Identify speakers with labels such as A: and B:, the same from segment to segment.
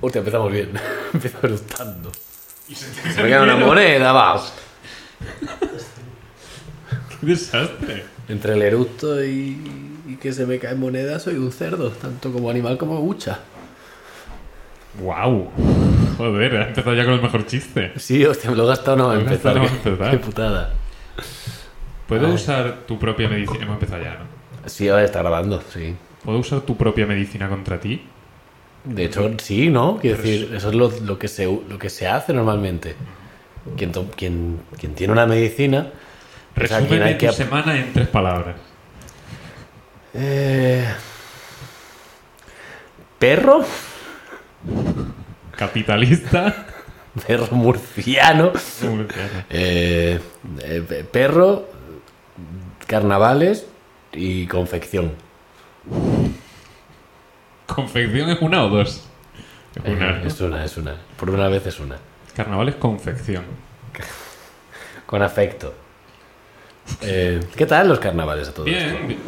A: Hostia, empezamos bien. empezamos estando.
B: Y se
A: Se me queda una moneda, va.
B: ¡Qué desastre!
A: Entre el eructo y, y que se me caen monedas, soy un cerdo, tanto como animal como hucha.
B: ¡Wow! Joder, ha empezado ya con el mejor chiste.
A: Sí, hostia, me lo he gastado no va a
B: Lo he
A: empezar.
B: gastado, no va
A: qué-
B: a empezar.
A: Qué putada.
B: ¿Puedo
A: Ay.
B: usar tu propia medicina? Hemos empezado ya, ¿no?
A: Sí, ahora está grabando, sí.
B: ¿Puedo usar tu propia medicina contra ti?
A: De hecho, sí, ¿no? Quiero decir, eso es lo, lo que, se, lo que se hace normalmente. Quien, to- quien, quien tiene una medicina. o sea, quien
B: Resumen de
A: hay
B: tu
A: que ap-
B: semana en tres palabras.
A: Eh, Perro,
B: Capitalista.
A: perro murciano,
B: murciano.
A: eh, eh, pe- perro, carnavales y confección.
B: ¿Confección es una o dos? Es
A: Eh,
B: una. ¿no?
A: es una, es una. Por una vez es una.
B: Carnaval es confección.
A: Con afecto. Eh, ¿Qué tal los carnavales a todos?
B: Bien. bien.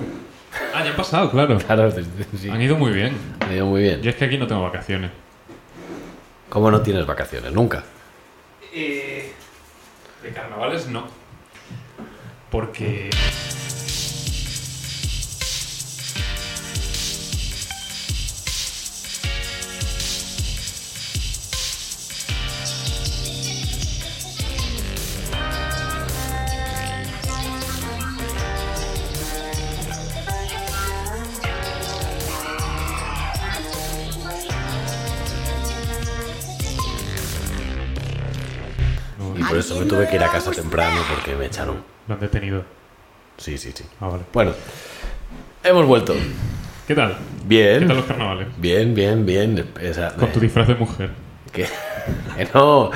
B: Ah, ya han pasado, claro.
A: Claro, desde- sí,
B: Han ido muy bien.
A: me dio muy bien.
B: Yo es que aquí no tengo vacaciones.
A: ¿Cómo no tienes vacaciones? Nunca.
B: Eh, De carnavales no. Porque.
A: Y por eso me tuve que ir a casa temprano porque me echaron.
B: Lo han detenido.
A: Sí, sí, sí.
B: Ah, vale.
A: Bueno, hemos vuelto.
B: ¿Qué tal? ¿Qué tal
A: Bien.
B: los carnavales?
A: Bien, bien, bien. O sea,
B: Con tu
A: eh,
B: disfraz de mujer.
A: que- que no.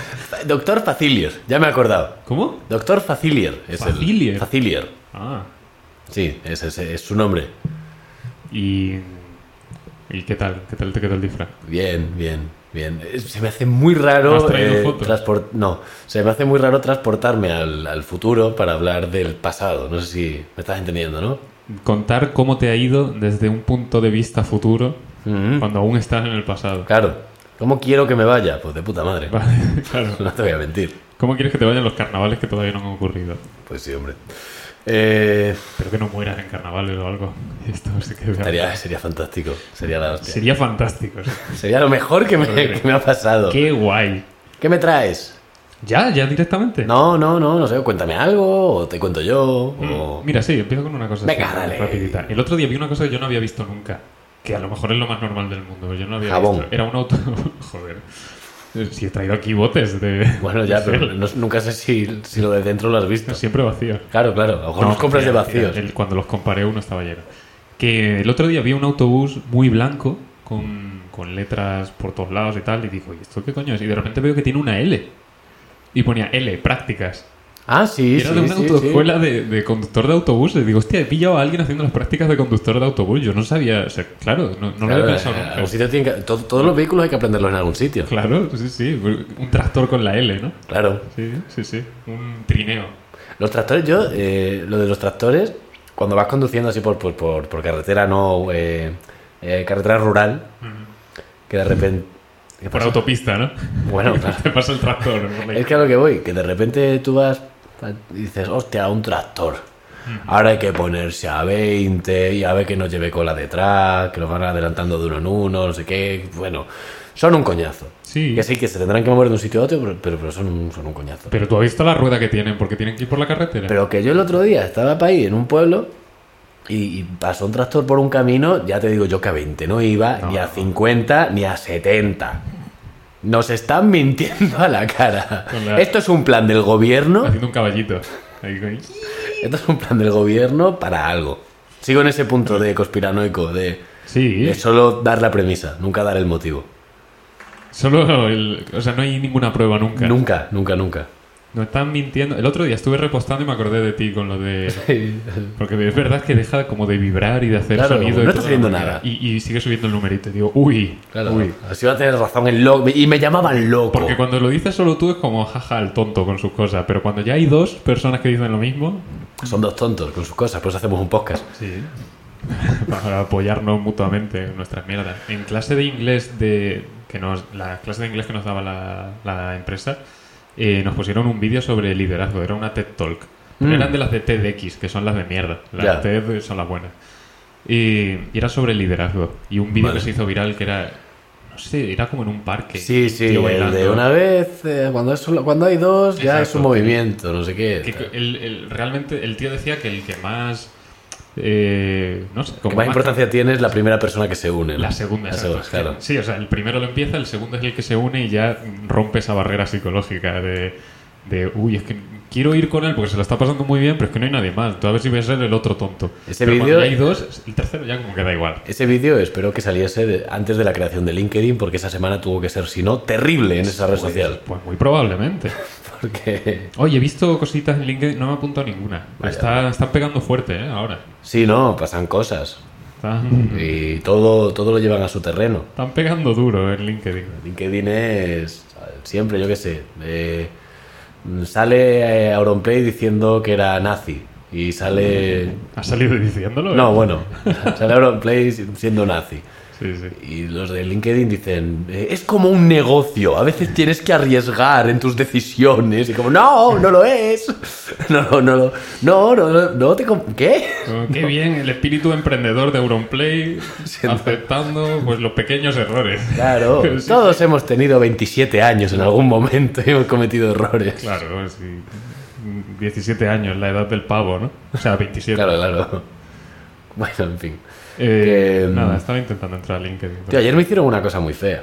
A: Doctor Facilier, ya me he acordado.
B: ¿Cómo?
A: Doctor Facilier es el-
B: Facilier.
A: Facilier.
B: Ah.
A: Sí, ese es, es su nombre.
B: ¿Y. ¿Y qué tal? ¿Qué tal te quedó el disfraz?
A: Bien, bien, bien. Es- Se me hace muy raro.
B: ¿Has traído fotos?
A: transpor- No, se me hace muy raro transportarme al, al futuro para hablar del pasado. No sé si me estás entendiendo, ¿no?
B: Contar cómo te ha ido desde un punto de vista futuro
A: Mm,
B: cuando aún estás en el pasado.
A: Claro. ¿Cómo quiero que me vaya? Pues de puta madre.
B: Vale, claro.
A: No te voy a mentir.
B: ¿Cómo quieres que te vayan los carnavales que todavía no han ocurrido?
A: Pues sí, hombre. Eh,
B: Espero que no mueras en carnavales o algo. Esto sí que-
A: estaría- sería fantástico. Sería la hostia.
B: Sería fantástico. sí.
A: Sería lo mejor que me, que me ha pasado. ¿Qué?
B: ¡Qué guay!
A: me traes?
B: ¿Ya? ¿Ya directamente?
A: No, no, no, no sé. Cuéntame algo, o te cuento yo, o...
B: Eh, Mira, sí, empiezo con una cosa así,
A: Oh. Venga, dale.
B: rapidita. El otro día vi una cosa que yo no había visto nunca, que a lo mejor es lo más normal del mundo, pero yo no había
A: Jabón.
B: visto. Era un auto... Joder. Si he traído aquí botes de...
A: Bueno, ya, pero no- nunca sé si, si lo de dentro lo has visto.
B: Siempre vacío.
A: Claro, claro. A lo mejor los compras de
B: mentira,
A: vacíos.
B: mentira. El- cuando los comparé uno estaba lleno. Que el otro día vi un autobús muy blanco con, con letras por todos lados y tal y dijo, ¿y esto qué coño es? Y de repente veo que tiene una L. Y ponía L, prácticas.
A: Ah, sí,
B: Y
A: sí,
B: era de una
A: sí,
B: autoescuela de, de conductor de autobuses. Digo, hostia, he pillado a alguien haciendo las prácticas de conductor de autobús. Yo no sabía, o sea, claro, no, no
A: sí.
B: lo había
A: Claro,
B: pensado
A: eh,
B: nunca.
A: algún sitio tiene que- to- todos los vehículos hay que aprenderlos en algún sitio.
B: Claro, sí, sí, un tractor con la L, ¿no?
A: Claro.
B: Sí, sí, sí, un trineo.
A: Los tractores, yo, eh, lo de los tractores, cuando vas conduciendo así por, por, por, por carretera no, eh, eh, carretera rural, que de repente... ¿Qué
B: Por
A: pasa?
B: autopista, ¿no?
A: Bueno, claro.
B: Te pasa el tractor. por la
A: Es que a lo que voy, que de repente tú vas y dices, hostia, un tractor. Ahora hay que ponerse a 20 y a ver que no lleve cola detrás, que lo van adelantando de uno en uno, no sé qué. Bueno, son un coñazo.
B: Sí.
A: Que sí, que se tendrán que mover de un sitio a otro, pero, pero, pero son, un, son un coñazo.
B: Pero tú has visto la rueda que tienen, porque tienen que ir por la carretera.
A: Pero que yo el otro día estaba para ahí en un pueblo y, y pasó un tractor por un camino, ya te digo yo que a 20 no iba,
B: No,
A: ni a
B: no.
A: 50, ni a 70. Nos están mintiendo a la cara.
B: Con la-
A: Esto es un plan del gobierno.
B: Haciendo un caballito. Ahí con-
A: Esto es un plan del gobierno para algo. Sigo en ese punto de conspiranoico, de,
B: Sí,
A: de solo dar la premisa, nunca dar el motivo.
B: solo el... O sea, no hay ninguna prueba nunca.
A: Nunca, nunca, nunca.
B: No están mintiendo. El otro día estuve repostando y me acordé de ti con lo de... Porque es verdad que deja como de vibrar y de hacer
A: Claro,
B: sonido.
A: como
B: y
A: no está
B: todo.
A: haciendo nada.
B: Y, y sigue subiendo el numerito. Y digo, uy,
A: Claro, Oh.
B: uy.
A: así va a tener razón el loco. Y me llamaban loco.
B: Porque cuando lo dices solo tú es como jaja el tonto con sus cosas. Pero cuando ya hay dos personas que dicen lo mismo...
A: Son dos tontos con sus cosas, por eso hacemos un podcast.
B: Sí. Para apoyarnos mutuamente en nuestras mierdas. En clase de inglés de que nos, la clase de inglés que nos daba la, la empresa, eh, nos pusieron un vídeo sobre liderazgo, era una TED Talk. Pero
A: Mm.
B: eran de las de TEDx, que son las de mierda. Las
A: Ya.
B: TED son las buenas. Y, y era sobre liderazgo. Y un vídeo
A: Vale.
B: que se hizo viral que era, no sé, era como en un parque.
A: Sí, sí,
B: tío
A: el de
B: bailando.
A: una vez, eh, cuando, es solo- cuando hay dos, ya es
B: Exacto.
A: un movimiento, no sé qué.
B: Que el- el- realmente el tío decía que el que más... eh, no sé,
A: Como
B: como
A: más importancia tiene es la primera persona que se une. ¿no?
B: La segunda,
A: La
B: exacto.
A: segunda, claro.
B: Sí, o sea, el primero lo empieza, el segundo es el que se une y ya rompe esa barrera psicológica de, de, uy, es que quiero ir con él porque se lo está pasando muy bien, pero es que no hay nadie más. Tú a ver si voy a ser el otro tonto.
A: Ese
B: Pero cuando
A: Este vídeo-
B: ya hay dos, el tercero ya como que da igual.
A: Ese vídeo espero que saliese de- antes de la creación de LinkedIn, porque esa semana tuvo que ser, si no, terrible en esa red social.
B: Pues muy probablemente.
A: Porque.
B: Oye, he visto cositas en LinkedIn, no me he apuntado ninguna. Está, están pegando fuerte, ¿eh? Ahora.
A: Sí, no, pasan cosas.
B: Están,
A: Y todo, todo lo llevan a su terreno.
B: están pegando duro en LinkedIn.
A: LinkedIn es siempre, yo qué sé. eh, sale eh, Auronplay diciendo que era nazi. Y sale.
B: ¿Has salido diciéndolo? eh?
A: No, bueno. Sale Auronplay siendo nazi.
B: Sí, sí.
A: Y los de LinkedIn dicen, eh, es como un negocio, a veces tienes que arriesgar en tus decisiones. Y como, no, no lo es. No, no, no, no, no, no, no, no te... com- ¿Qué?
B: Como, Ah, Qué bien, el espíritu emprendedor de Auronplay aceptando pues, los pequeños errores.
A: Claro,
B: Sí, sí.
A: todos hemos tenido 27 años en algún momento y hemos cometido errores.
B: Claro, sí. 17 años, la edad del pavo, ¿no? O sea, 27.
A: Claro, claro. Bueno, en fin.
B: Eh,
A: Que, mm,
B: Nada, estaba intentando entrar a LinkedIn.
A: Tío, ayer me hicieron una cosa muy fea.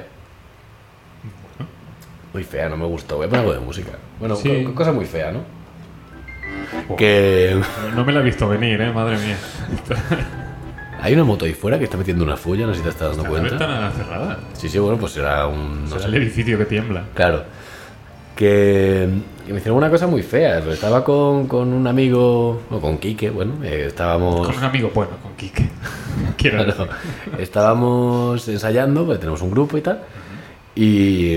A: Muy fea, no me gustó. Voy a poner algo de música. Bueno,
B: Sí.
A: co- cosa muy fea, ¿no?
B: Buah.
A: Que
B: No me la he visto venir, ¿eh? Madre mía.
A: hay una moto ahí fuera que está metiendo una fulla, no sé si te estás dando
B: La
A: cuenta.
B: ventana cerrada.
A: Sí, sí, bueno, pues era un. no
B: O sea,
A: sé.
B: el edificio que tiembla.
A: Claro. Que, que me hicieron una cosa muy fea. Estaba con, con un amigo, o con Quique, bueno, eh, estábamos.
B: Con un amigo bueno, con Quique. Quiero
A: Claro,
B: decir.
A: estábamos ensayando, porque tenemos un grupo y tal. Y.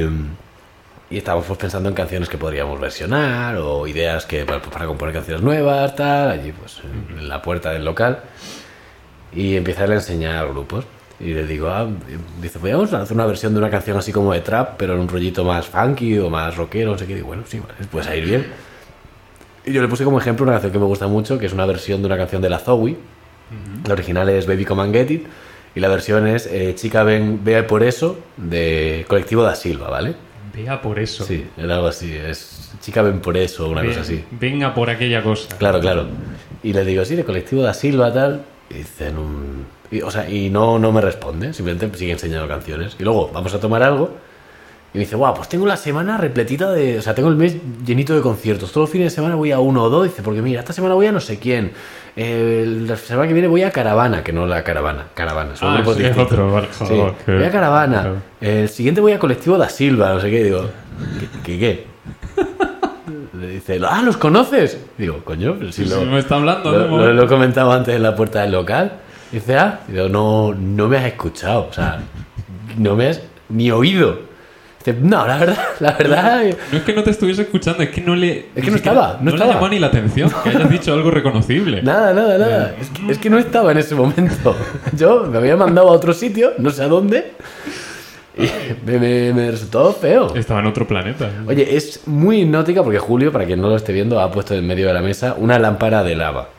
A: Y estábamos pues, pensando en canciones que podríamos versionar o ideas que para, para componer canciones nuevas, tal, allí pues en, en la puerta del local. Y empieza él a enseñar grupos. Y le digo, ah, dice, podríamos hacer una versión de una canción así como de trap, pero en un rollito más funky o más rockero, no sé qué. Digo, bueno, sí, vale, puede salir bien. Y yo le puse como ejemplo una canción que me gusta mucho, que es una versión de una canción de la Zoe. La original es Baby Come and Get It. Y la versión es eh, Chica, ven, vea por eso, de Colectivo da Silva, ¿vale?
B: Vea por eso.
A: Sí, era algo así. Es chica, ven por eso, una
B: Ve-
A: cosa así.
B: Venga por aquella cosa.
A: Claro, claro. Y le digo, sí, de colectivo da Silva, tal. Y dicen un. y, o sea, y no, no me responde, simplemente sigue enseñando canciones. Y luego, vamos a tomar algo. Y me dice, guau, pues tengo la semana repletita de. O sea, tengo el mes llenito de conciertos. Todos los fines de semana voy a uno o dos. Dice, porque mira, esta semana voy a no sé quién. Eh, la semana que viene voy a Caravana, que no la Caravana. Caravana, son
B: Ah,
A: grupos
B: sí, es
A: distintos.
B: otro, vale, joder,
A: Sí,
B: que-
A: Voy a Caravana.
B: claro.
A: El siguiente voy a colectivo da Silva, no sé qué. Digo, ¿qué? qué, qué? Le dice, ah, ¿los conoces? Digo, coño, pero si
B: Sí,
A: lo,
B: me está hablando,
A: lo,
B: ¿no?
A: lo- lo he comentado antes en la puerta del local. Dice, ah, digo, no, no me has escuchado, o sea, no me has ni oído. Dice, no, la verdad, la verdad,
B: No es que no te estuviese escuchando, es que no le.
A: que
B: ni
A: no
B: siquiera-
A: estaba, no
B: le
A: estaba.
B: llamó ni la atención que hayas dicho algo reconocible.
A: nada, nada, nada. Es que, es que no estaba en ese momento. Yo me había mandado a otro sitio, no sé a dónde, y me, me- me resultó feo.
B: Estaba en otro planeta.
A: Oye, es muy hipnótica porque Julio, para quien no lo esté viendo, ha puesto en medio de la mesa una lámpara de lava.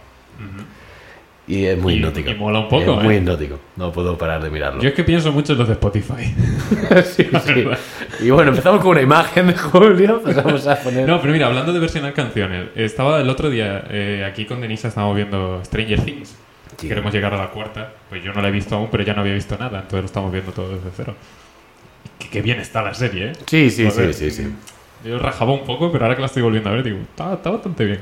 A: Y es muy
B: Y-
A: hipnótico.
B: y mola un poco,
A: Es muy
B: ¿eh?
A: hipnótico. No puedo parar de mirarlo.
B: Yo es que pienso mucho en los de Spotify.
A: Sí, sí. Y bueno, empezamos con una imagen de Julio. Pasamos a poner.
B: No, pero mira, hablando de versionar canciones, estaba el otro día eh, aquí con Denisa, estábamos viendo Stranger Things.
A: Sí.
B: Queremos llegar a la cuarta. Pues yo no la he visto aún, pero ya no había visto nada, entonces lo estamos viendo todo desde cero. Que, que bien está la serie, ¿eh?
A: Sí, sí, sí,
B: Joder.
A: sí, sí.
B: Yo rajaba un poco, pero ahora que la estoy volviendo a ver, digo, está, está bastante bien.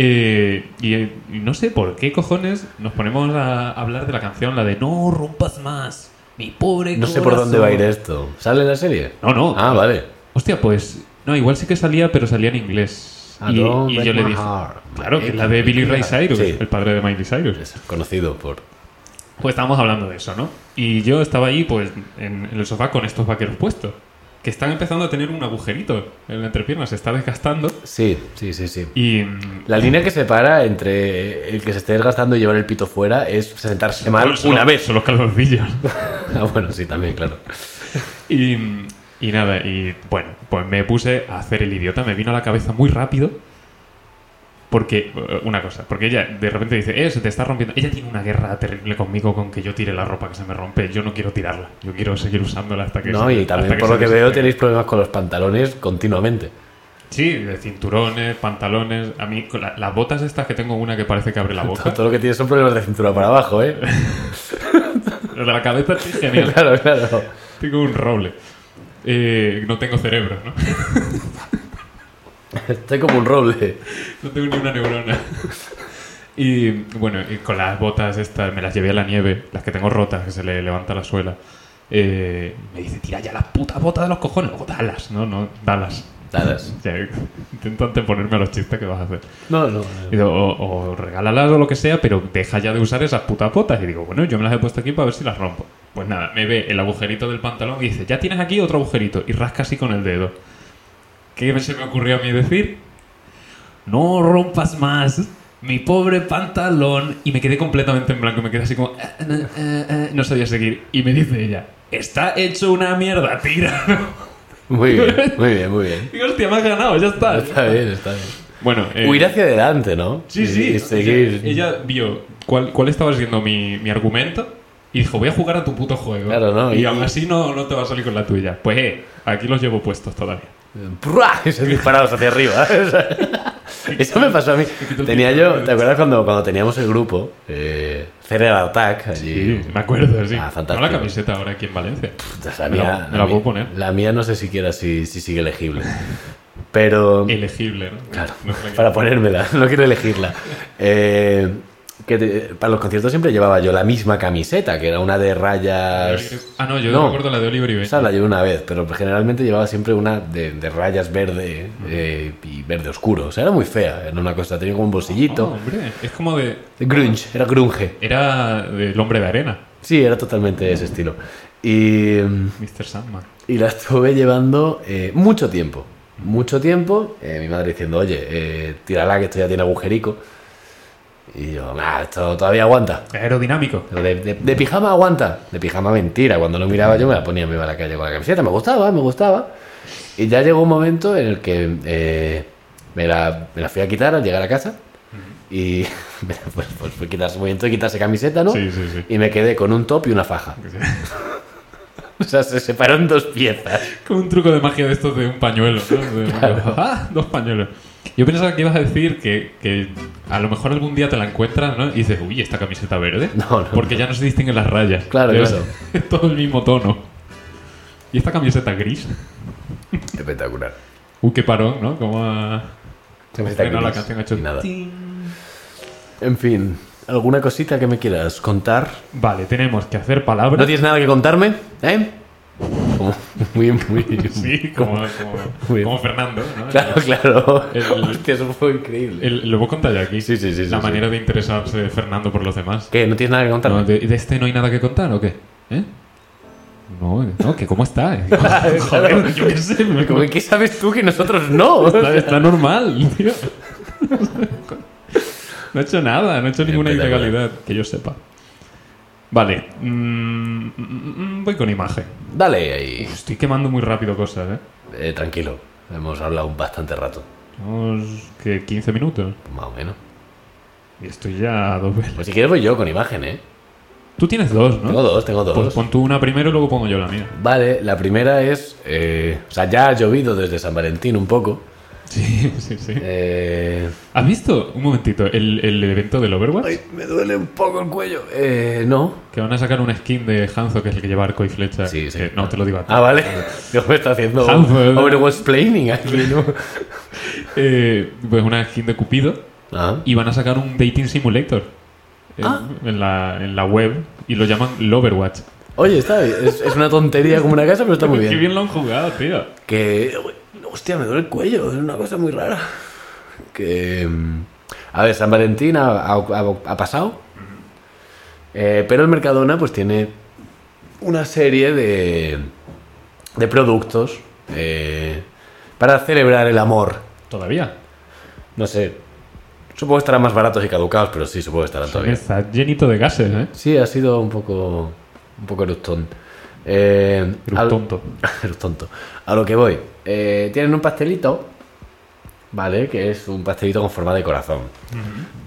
B: Eh, y, eh, y no sé por qué cojones nos ponemos a hablar de la canción, la de No rompas más, mi pobre
A: No sé por
B: corazón".
A: dónde va a ir esto. ¿Sale la serie?
B: No, no.
A: Ah, vale.
B: Hostia, pues. No, igual sí que salía, pero salía en inglés.
A: Ah,
B: y
A: don't
B: y
A: break
B: yo le
A: my
B: dije.
A: heart.
B: Claro, que es la de Billy Ray Cyrus,
A: Sí.
B: el padre de Miley Cyrus.
A: Es conocido por.
B: Pues estábamos hablando de eso, ¿no? Y yo estaba ahí, pues, en, en el sofá con estos vaqueros puestos. Que están empezando a tener un agujerito en la entrepierna, se está desgastando.
A: Sí, sí, sí, sí.
B: Y. mm,
A: La línea que separa entre el que se esté desgastando y llevar el pito fuera es sentarse mal
B: son-
A: una vez.
B: Son los calzoncillos.
A: Ah, bueno, sí, también, claro.
B: Y, y nada, y bueno, pues me puse a hacer el idiota, me vino a la cabeza muy rápido. Porque, eh, una cosa, porque ella de repente dice, eh, se te está rompiendo. Ella tiene una guerra terrible conmigo con que yo tire la ropa que se me rompe. Yo no quiero tirarla. Yo quiero seguir usándola hasta que
A: No,
B: se-
A: y también
B: hasta
A: por lo
B: se
A: que veo
B: deseche.
A: tenéis problemas con los pantalones continuamente.
B: Sí, de cinturones, pantalones. A mí, con la- las botas estas que tengo una que parece que abre la boca.
A: Todo lo que tienes son problemas de cintura para abajo, ¿eh?
B: Lo de la cabeza es genial.
A: claro, claro.
B: Tengo un roble. Eh, no tengo cerebro, ¿no?
A: Estoy como un roble.
B: No tengo ni una neurona. Y bueno, y con las botas estas, me las llevé a la nieve, las que tengo rotas, que se le levanta la suela. Eh, me dice, tira ya las putas botas de los cojones. O dalas, no, no, dalas.
A: Dadas.
B: O sea, intento anteponerme a los chistes que vas a hacer.
A: No, no.
B: Y digo, o, o regálalas o lo que sea, pero deja ya de usar esas putas botas. Y digo, bueno, yo me las he puesto aquí para ver si las rompo. Pues nada, me ve el agujerito del pantalón y dice, ya tienes aquí otro agujerito. Y rasca así con el dedo. ¿Qué se me ocurrió a mí decir? No rompas más mi pobre pantalón. Y me quedé completamente en blanco. Me quedé así como, "Eh, eh, eh, eh". no sabía seguir. Y me dice ella, está hecho una mierda, tira.
A: Muy bien, muy bien, muy bien.
B: Digo, hostia, me has ganado, ya está.
A: Está bien, está bien.
B: Bueno, eh,
A: Huir hacia adelante, ¿no?
B: Sí, sí.
A: Y- y
B: o sea,
A: seguir.
B: ella vio cuál, cuál estaba siendo mi, mi argumento y dijo, voy a jugar a tu puto juego.
A: Claro, ¿no?
B: Y,
A: Y-
B: aún así no, no te va a salir con la tuya. Pues eh, aquí los llevo puestos todavía.
A: ¡Prua! Y se han disparado hacia arriba. Eso me pasó a mí.
B: quito el
A: Tenía
B: pico.
A: yo, ¿te acuerdas cuando, cuando teníamos el grupo? Eh, Cereal Attack, allí.
B: Sí, me acuerdo, sí.
A: Ah, fantástico.
B: no la camiseta ahora aquí en Valencia.
A: O sea,
B: Me la- me la
A: mía-
B: puedo poner.
A: La mía no sé siquiera si, si sigue elegible. Pero.
B: Elegible, ¿no?
A: Claro,
B: Eh, No sé la que-
A: para ponérmela, no quiero elegirla. Eh, que te- para los conciertos siempre llevaba yo la misma camiseta, que era una de rayas.
B: Ah, no, yo
A: No.
B: recuerdo la de Oliver y Benji.
A: Esa la llevé una vez, pero generalmente llevaba siempre una de, de rayas verde eh, y verde oscuro. O sea, era muy fea, era una cosa, tenía como un
B: Oh,
A: bolsillito.
B: hombre, es como de...
A: Grunge, era grunge.
B: Era del hombre de arena,
A: Sí, era totalmente ese estilo. Y. mm,
B: Mr. Sandman.
A: Y la estuve llevando eh, mucho tiempo. Mucho tiempo. eh, mi madre diciendo, oye, eh, tírala que esto ya tiene agujerico. Y yo, nah, esto todavía aguanta.
B: Aerodinámico.
A: Pero De, de- de pijama aguanta. De pijama mentira. Cuando lo miraba yo me la ponía, me iba a la calle con la camiseta. Me gustaba, me gustaba. Y ya llegó un momento en el que eh, me, la, me la fui a quitar al llegar a casa. Y me la- pues, pues fue quitarse momento de quitarse camiseta, ¿no?
B: Sí, sí, sí.
A: Y me quedé con un top y una faja. O sea, se separó en dos piezas.
B: Como un truco de magia de estos de un pañuelo, ¿no? De- ¡Ah! Dos pañuelos. Yo pensaba que ibas a decir que, que a lo mejor algún día te la encuentras, ¿no? Y dices, uy, esta camiseta verde.
A: No, no,
B: Porque ya no se distinguen las rayas.
A: Claro,
B: Ya
A: claro.
B: Es todo el mismo tono. ¿Y esta camiseta gris?
A: Espectacular.
B: Uy, qué parón, ¿no? Como a... Bueno, la canción ha hecho...
A: Y nada. En fin, ¿alguna cosita que me quieras contar?
B: Vale, tenemos que hacer palabras.
A: ¿No tienes nada que contarme? ¿Eh? Como- muy, muy.
B: Sí, como, como,
A: Muy bien.
B: como Fernando, ¿no?
A: Claro, claro.
B: El-
A: Hostia, eso fue increíble.
B: El- lo voy a contar ya aquí.
A: Sí, sí, sí, sí,
B: La
A: sí.
B: manera de interesarse de Fernando por los demás.
A: ¿Qué? ¿No tienes nada que
B: No,
A: contarme?
B: de, de este no hay nada que contar o qué? ¿Eh? No, no, que cómo está. eh.
A: claro.
B: Joder, yo qué sé. me-
A: Como que, ¿Qué sabes tú que nosotros no?
B: Está, está normal, tío. No he hecho nada, no he hecho ninguna
A: Espectacular.
B: ilegalidad, que yo sepa. Vale, mm, mm, mm, voy con imagen.
A: Dale ahí.
B: Estoy quemando muy rápido cosas, ¿eh?
A: Eh, tranquilo, hemos hablado bastante rato.
B: Unos que 15 minutos.
A: Más o menos.
B: Y estoy ya a dos velas.
A: Pues si quieres voy yo con imagen, ¿eh?
B: Tú tienes dos, ¿no?
A: Tengo dos, tengo dos.
B: Pues pon tú una primero y luego pongo yo la mía.
A: Vale, la primera es. eh, o sea, ya ha llovido desde San Valentín un poco.
B: Sí, sí, sí.
A: Eh,
B: ¿Has visto, un momentito, el, el evento del Overwatch?
A: Ay, me duele un poco el cuello. Eh, no.
B: Que van a sacar un skin de Hanzo, que es el que lleva arco y flecha.
A: Sí, sí.
B: Eh, no, te lo digo a ti.
A: Ah, vale. Yo me está haciendo
B: Ah, bueno.
A: Overwatch Planning aquí, ¿no?
B: Eh, pues una skin de Cupido.
A: Ah,
B: Y van a sacar un dating simulator. eh,
A: Ah.
B: En, la, en la web. Y lo llaman Loverwatch.
A: Oye, está bien. Es, es una tontería como una casa, pero está muy
B: Qué
A: bien.
B: bien lo han jugado, tío.
A: Que. Hostia, me duele el cuello. Es una cosa muy rara. Que. mm, A ver, San Valentín ha, ha- ha- ha pasado. Eh, pero el Mercadona, pues tiene una serie de. de productos. eh, para celebrar el amor.
B: Todavía.
A: No sé. Supongo que estarán más baratos y caducados, pero sí, supongo que estarán todavía.
B: Está llenito de gases, ¿eh?
A: Sí, ha sido un poco. un poco eructón. Eh,
B: Eres
A: al-
B: tonto.
A: Eres tonto. A lo que voy. Eh, tienen un pastelito, ¿vale? Que es un pastelito con forma de corazón,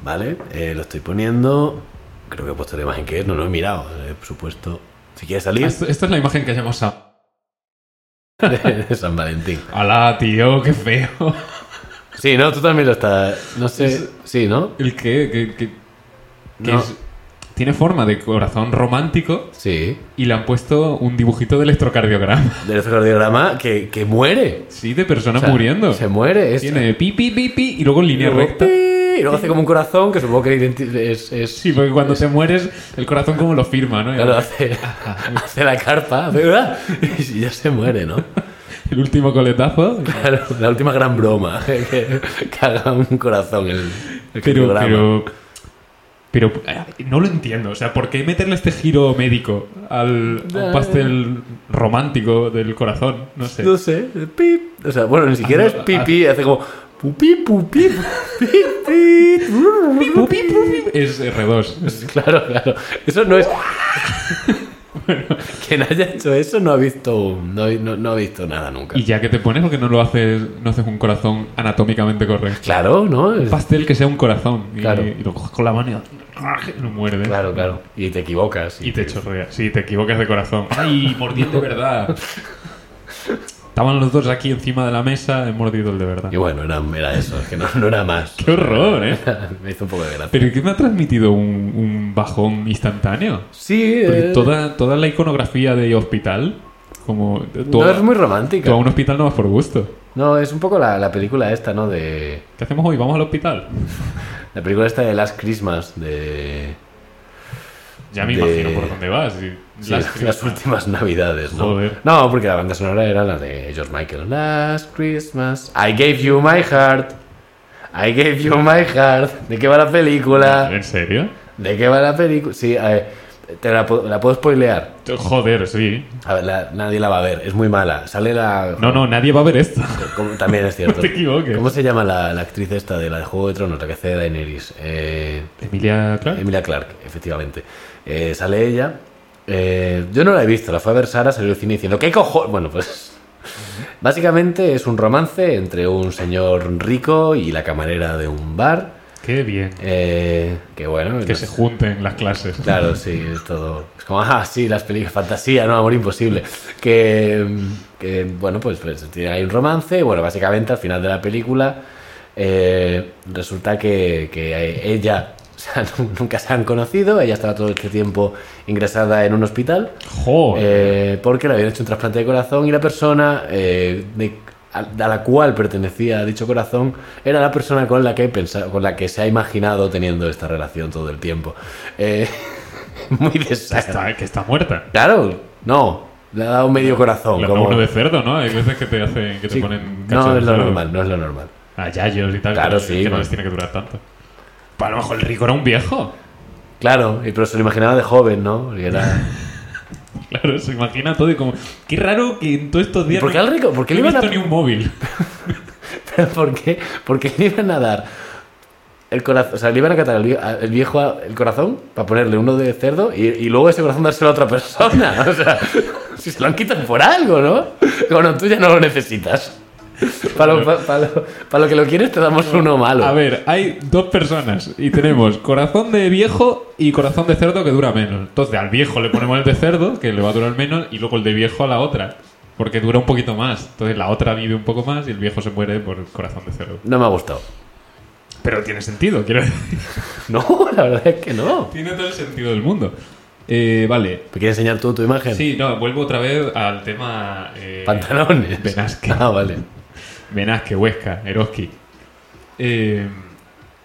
A: ¿vale? Eh, lo estoy poniendo. Creo que he puesto la imagen que es. No lo he mirado, eh, por supuesto. Si quieres salir,
B: Esto- esta es la imagen que hayamos a.
A: de San Valentín.
B: ¡Hala, tío! ¡Qué feo!
A: Sí, no, tú también lo estás. No sé. Sí, ¿no?
B: ¿El qué? ¿Qué- qué- qué
A: No.
B: es? Tiene forma de corazón romántico
A: Sí.
B: y le han puesto un dibujito de electrocardiograma.
A: Del electrocardiograma que, que muere.
B: Sí, de persona
A: O sea,
B: muriendo.
A: Se muere. Es,
B: Tiene pi, pi, pi, pi y luego en línea
A: luego,
B: recta.
A: pi, Y luego hace como un corazón que supongo que identi- es. es
B: Sí, porque cuando te mueres, el corazón como lo firma, ¿no?
A: Claro, hace, hace la carpa, hace, "Ah", y ya se muere, ¿no?
B: El último coletazo.
A: Claro, la última gran broma que, que haga un corazón el, el
B: Pero,
A: programa.
B: pero, pero eh, no lo entiendo. O sea, ¿por qué meterle este giro médico al a un pastel romántico del corazón? No sé.
A: No sé, pip. O sea, bueno, ni siquiera es
B: Ah,
A: pipi, hace como pupi, pupi, pupi, pi.
B: Pupi, pupi. Es R2.
A: Claro, claro. Eso no es. Quien haya hecho eso no ha visto un- no, no- no ha visto nada nunca.
B: Y ya que te pones, porque no lo haces, no haces un corazón anatómicamente correcto.
A: Claro, ¿no? Es-
B: Un pastel que sea un corazón. Y,
A: Claro.
B: y lo coges con la mano y lo muerdes.
A: Claro, claro. Y te equivocas.
B: Y te chorrea. Sí, te equivocas de corazón. ¡Ay, mordí el de verdad! Estaban los dos aquí encima de la mesa, he mordido el de verdad.
A: Y bueno, era, era eso, es que no, no era más.
B: ¡Qué horror, eh!
A: Me hizo un poco de gracia.
B: ¿Pero qué me ha transmitido un, un bajón instantáneo?
A: Sí,
B: Porque
A: eh,
B: toda, toda la iconografía de hospital, como... Tú,
A: no
B: a-
A: es muy
B: tú
A: romántica.
B: a un hospital no vas por gusto.
A: No, es un poco la, la película esta, ¿no? De
B: ¿Qué hacemos hoy? ¿Vamos al hospital?
A: la película esta de Last Christmas de
B: Ya me
A: De-
B: imagino por dónde vas. y-
A: sí,
B: las-
A: las, últimas Navidades, ¿no?
B: Joder.
A: No, porque la banda sonora era la de George Michael. Last Christmas, I gave you my heart. I gave you my heart. ¿De qué va la película?
B: ¿En serio?
A: ¿De qué va la película? Sí, a ver, te la, pu- la puedo spoilear.
B: Joder, sí.
A: A ver, la- nadie la va a ver, es muy mala. Sale la.
B: No, no, nadie va a ver esto.
A: Como- también es cierto.
B: No te equivoques.
A: ¿Cómo se llama la, la actriz esta de la de Juego de Tronos, la que hace de Daenerys? Eh,
B: Emilia Clark.
A: Emilia Clarke, efectivamente. Eh, sale ella. Eh, yo no la he visto, la fue a ver Sara, salió al cine diciendo, ¿qué cojones? Bueno, pues... Básicamente es un romance entre un señor rico y la camarera de un bar.
B: Qué bien.
A: eh, que bueno...
B: Que
A: no
B: se
A: sé.
B: junten las clases.
A: Claro, sí, es todo... Es como, ah, sí, las películas, fantasía, no, amor imposible. Que, mm, que, bueno, pues, pues tiene ahí un romance. y, Bueno, básicamente al final de la película eh, resulta que, que ella... o sea, nu- nunca se han conocido, ella estaba todo este tiempo ingresada en un hospital
B: Joder.
A: eh, porque le habían hecho un trasplante de corazón y la persona eh, de- a, a la cual pertenecía dicho corazón era la persona con la que pensa- con la que se ha imaginado teniendo esta relación todo el tiempo. Eh, muy desastre.
B: Está- que está muerta.
A: Claro, no, le ha dado medio corazón.
B: La
A: como-
B: uno de cerdo, ¿no? Hay veces que te hacen, que te
A: Sí,
B: ponen
A: no
B: cacho de
A: es lo
B: cerdo.
A: normal, no es lo normal.
B: A yayos y tal.
A: Claro,
B: que-
A: sí, pues.
B: Que no
A: bueno.
B: les tiene que durar tanto. Pero a lo mejor el rico era un viejo.
A: Claro, y pero se lo imaginaba de joven, ¿no? Porque era-
B: Claro, se imagina todo y como... Qué raro que en todos estos
A: ¿Y
B: días...
A: por qué al rico? ¿Por qué
B: no
A: le
B: he
A: iban a
B: visto ni un móvil.
A: ¿Pero por qué? Porque le iban a dar el corazón, o sea, le iban a catar el vie- a- el viejo, a- el corazón para ponerle uno de cerdo y, y luego ese corazón dárselo a otra persona. O sea, si se lo han quitado por algo, ¿no? Bueno, tú ya no lo necesitas. Para lo, pa- pa lo- pa lo que lo quieres te damos uno malo.
B: A ver, hay dos personas y tenemos corazón de viejo y corazón de cerdo que dura menos. Entonces al viejo le ponemos el de cerdo, que le va a durar menos, y luego el de viejo a la otra, porque dura un poquito más. Entonces la otra vive un poco más y el viejo se muere por el corazón de cerdo.
A: No me ha gustado.
B: Pero tiene sentido, quiero decir.
A: No, la verdad es que no.
B: Tiene todo el sentido del mundo. Eh, vale.
A: ¿Me quieres enseñar tú tu imagen?
B: Sí, no, vuelvo otra vez al tema... eh,
A: Pantalones.
B: Benasque.
A: Ah, vale.
B: Benasque, Huesca, Eroski. Eh,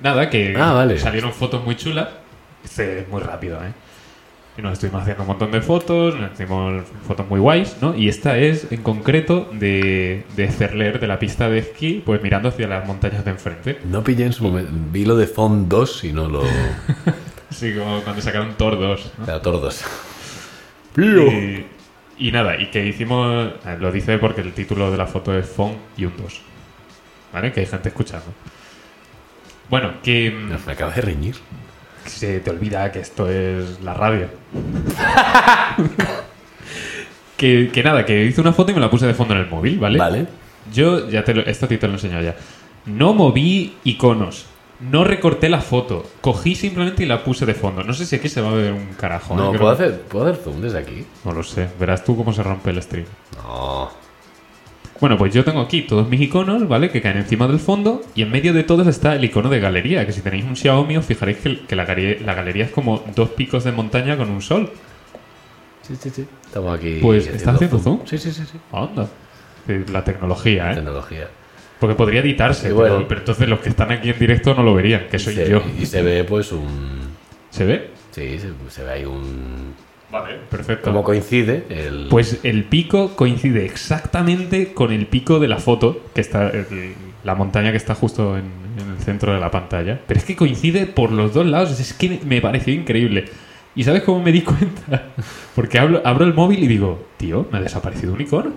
B: nada, que
A: Ah, vale.
B: salieron fotos muy chulas. Este es muy rápido, ¿eh? Y nos estuvimos haciendo un montón de fotos, nos hicimos fotos muy guays, ¿no? Y esta es, en concreto, de, de Cerler, de la pista de esquí, pues mirando hacia las montañas de enfrente.
A: No pillé en su momento. Vi lo de fondos y no lo.
B: Así como cuando sacaron Thor 2, ¿no?
A: La tordos.
B: Y, Eh, y nada, y que hicimos. eh, Lo dice porque el título de la foto es Fon y un 2. ¿Vale? Que hay gente escuchando. Bueno, que. mm,
A: Me acabas de reñir.
B: se te olvida que esto es la radio. Que, que nada, que hice una foto y me la puse de fondo en el móvil, ¿vale?
A: Vale.
B: Yo ya te lo, esto a ti te lo enseño ya. No moví iconos. No recorté la foto. Cogí simplemente y la puse de fondo. No sé si aquí se va a ver un carajo. ¿eh?
A: No,
B: Creo-
A: ¿puedo hacer, ¿puedo hacer zoom desde aquí?
B: no lo sé. Verás tú cómo se rompe el stream.
A: No.
B: Bueno, pues yo tengo aquí todos mis iconos, ¿vale? Que caen encima del fondo y en medio de todos está el icono de galería, que si tenéis un Xiaomi os fijaréis que, que la, galería, la galería es como dos picos de montaña con un sol.
A: Sí, sí, sí. Estamos aquí.
B: Pues, ¿estás haciendo zoom?
A: Sí, sí, sí. sí.
B: Onda. Eh, La tecnología, ¿eh?
A: Tecnología.
B: Porque podría editarse,
A: Y bueno.
B: pero, pero entonces los que están aquí en directo no lo verían, que soy
A: Se-
B: yo.
A: Y se ve, pues, un.
B: ¿Se ve?
A: Sí, se, se ve ahí un.
B: Vale, perfecto.
A: Como coincide el.
B: Pues el pico coincide exactamente con el pico de la foto, que está eh, la montaña que está justo en, en el centro de la pantalla. Pero es que coincide por los dos lados, es que me pareció increíble. ¿Y sabes cómo me di cuenta? Porque hablo- abro el móvil y digo, tío, me ha desaparecido un icono.